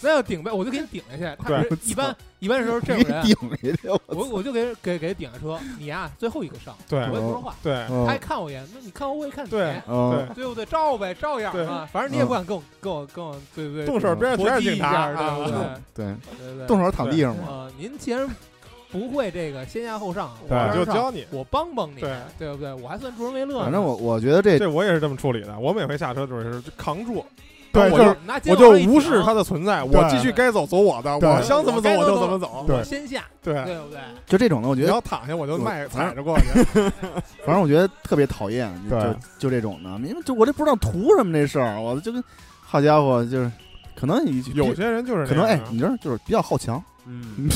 那要顶呗，我就给你顶下去。他
对
一般一般时候这啊
你
种人，
顶下去，
我我就给给给顶下车，你呀最后一个上，
对
我也不说话，
对，
我嗯
他还看我一眼，那你看我，我也看你，
嗯哦对 嗯
哦，
对不对？照呗，照样嘛，反正你也不敢跟我跟我跟我对不对？
动手边上全
搏
是
击一
警
下
察，
对不
啊
对？
对，
对不对？
动手躺地上嘛，
啊，您既然不会这个先下后上，我
对
让
就
上
教你
我帮帮你，
对
对不对？我还算助人为乐呢。
反正我我觉得
哎
这
这我也是这么处理的。我每回下车就是扛住，
对
然后我
就
就是
拿
我
肩膀
就
一啊
无
顶
视它的存在，
对
我继续该走走我的，
对
我想怎么走
我该
我就
走
怎么走。
对
我先下，
对，
对不对？
就这种的，我觉
你
得
要躺下我就
我
迈
反正
踩着过去。
反正我觉得特别讨厌，就
对
就就这种的，因为就我这不知道图什么这事儿，我就跟好家伙就是可能你
有些人就是
可能
那
哎
样，啊
你这就是比较好强，
嗯，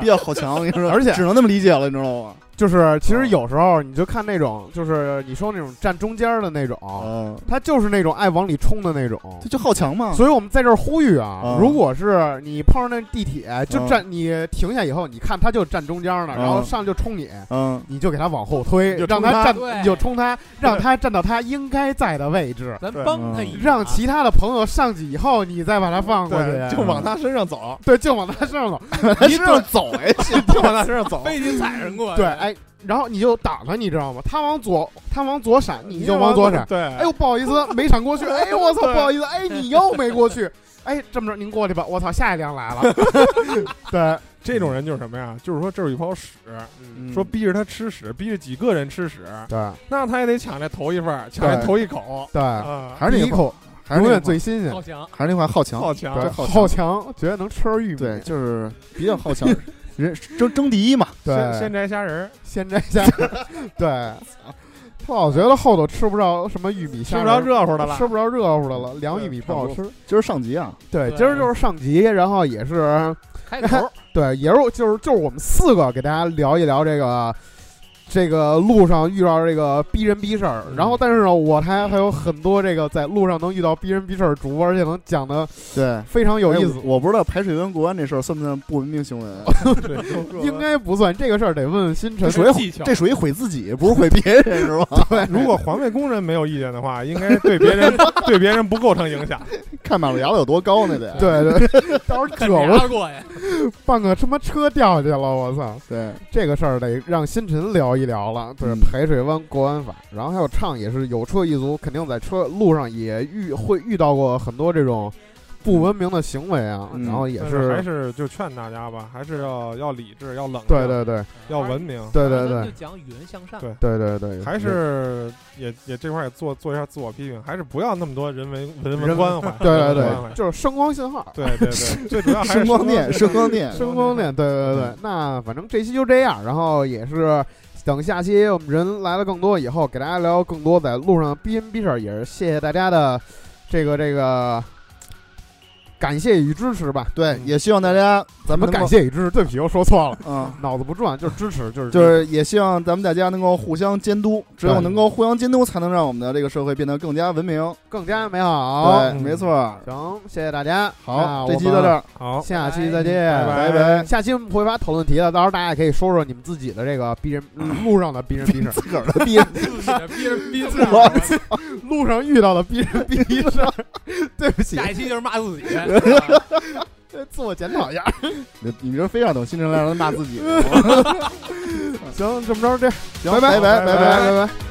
比较好强，我跟你说，
而且
只能那么理解了，你知道吗？
就是
啊
其实有时候你就看那种，就是你说那种站中间的那种，
啊
嗯，
他就是那种爱往里冲的那种。
这就好强嘛，
所以我们在这儿呼吁啊
啊，
如果是你碰上那地铁，就
啊
站你停下以后，你看他就站中间呢，
啊
然后上来就冲你，
嗯，
你就给他往后推，
你就
让
冲他
站，
对
你就冲他，让他站到他应该在的位置，
咱
对嗯
帮他一把啊
让其他的朋友上去以后，你再把他放过去，啊
对，就往他身上走，
对，就往他身上走，
他身上走哎，
就往他身上走，
非得踩人过来。
对，哎，然后你就挡他，你知道吗？他往左，他往左闪，你就往左闪。
对，
哎呦，不好意思，没闪过去。哎呦，我操，
对
不好意思，哎，你又没过去。哎，这么着，您过去吧。我操，下一辆来了。对，
这种人就是什么呀？就是说这儿有一泡屎，
嗯
说逼着他吃屎，逼着几个人吃屎，
对
那他也得抢这头一份儿，抢这
对
头一口
对，
啊，
还是
第
那
一
句话，
口
还是
永
那句
远
话
最新鲜。
好强，
还是那话好强，
好强，
对，
好
好强，觉得能吃着玉米。
对，就是比较好强，人争争第一嘛，
先
对，
先摘虾仁儿，
先摘虾仁儿，对，他老觉得后头吃不着什么玉米
吃
虾
不
仁
着
儿，
热乎的了
吃。不着热乎的了，凉
对
玉米
差
不好
不
吃。
今儿上级啊，
对，
对
今儿就是上集，然后也是
开 头
对，也是我就是就是我们四个给大家聊一聊这个这个路上遇到这个逼人逼事儿，
嗯
然后但是呢，我还还有很多这个在路上能遇到逼人逼事儿的主播，而且能讲的
对，
非常有意思
哎。我我不知道排水湾国安这事儿算不算不文明行为，啊
应该不算这个事儿，得问问星辰
这。属于
技巧
这属于毁自己，不是毁别人，是吧？
如果环卫工人没有意见的话， 应该对别人对别人不构成影响。
看马路牙子有多高那得，
对对，到时候
啃
扯了
牙过呀，
半个他妈车掉下去了，我操！
对，
这个事儿得让星辰聊一聊了。对，
嗯
排水湾国安法，然后还有唱也是有车一族，肯定在车路上也遇会遇到过很多这种不文明的行为啊，
嗯
然后也
但
是
还是就劝大家吧，还是要要理智，要冷静，
对对对
要文明，
对对
咱们
对
就讲与人向善。
对
对对对，
还是也也这块儿也做做一下自我批评，还是不要那么多人文人
人
文关怀，
对 对
人文关怀
对，就是声光信号，
对对对，最主要还是
声光电，声光电，
声光电，对对对
哎嗯。
那反正这期就这样，然后也是等下期我们人来了更多以后，给大家聊更多在路上的逼人逼事儿，也是谢谢大家的这个这个感谢与支持吧。
对，也希望大家咱
咱
们
们
能
感，
够
谢与支持，对不起，又说错了，
嗯。
脑子不转，就是支持，就是
就是也希望咱们大家能够互相监督，只有能够互相监督，才能让我们的这个社会变得更加文明。
更加美好。
对，没错。
行，谢谢大家。
好，
那
这期到这儿，
好
我们，下期再见，
拜
拜拜。
下期我们会发讨论题的，到时候大家也可以说说你们自己的这个逼人嗯路上的逼人逼事儿，
自个儿的 逼，
自己的逼人逼自
我
己。
路上遇到的逼人 逼事儿。对不起，
下一期就是骂自己。 啊
自我检讨一下。
你你这非要等 新人来让他骂自己，
行，这么着这样，
行，
拜
拜
拜
拜拜。
拜拜。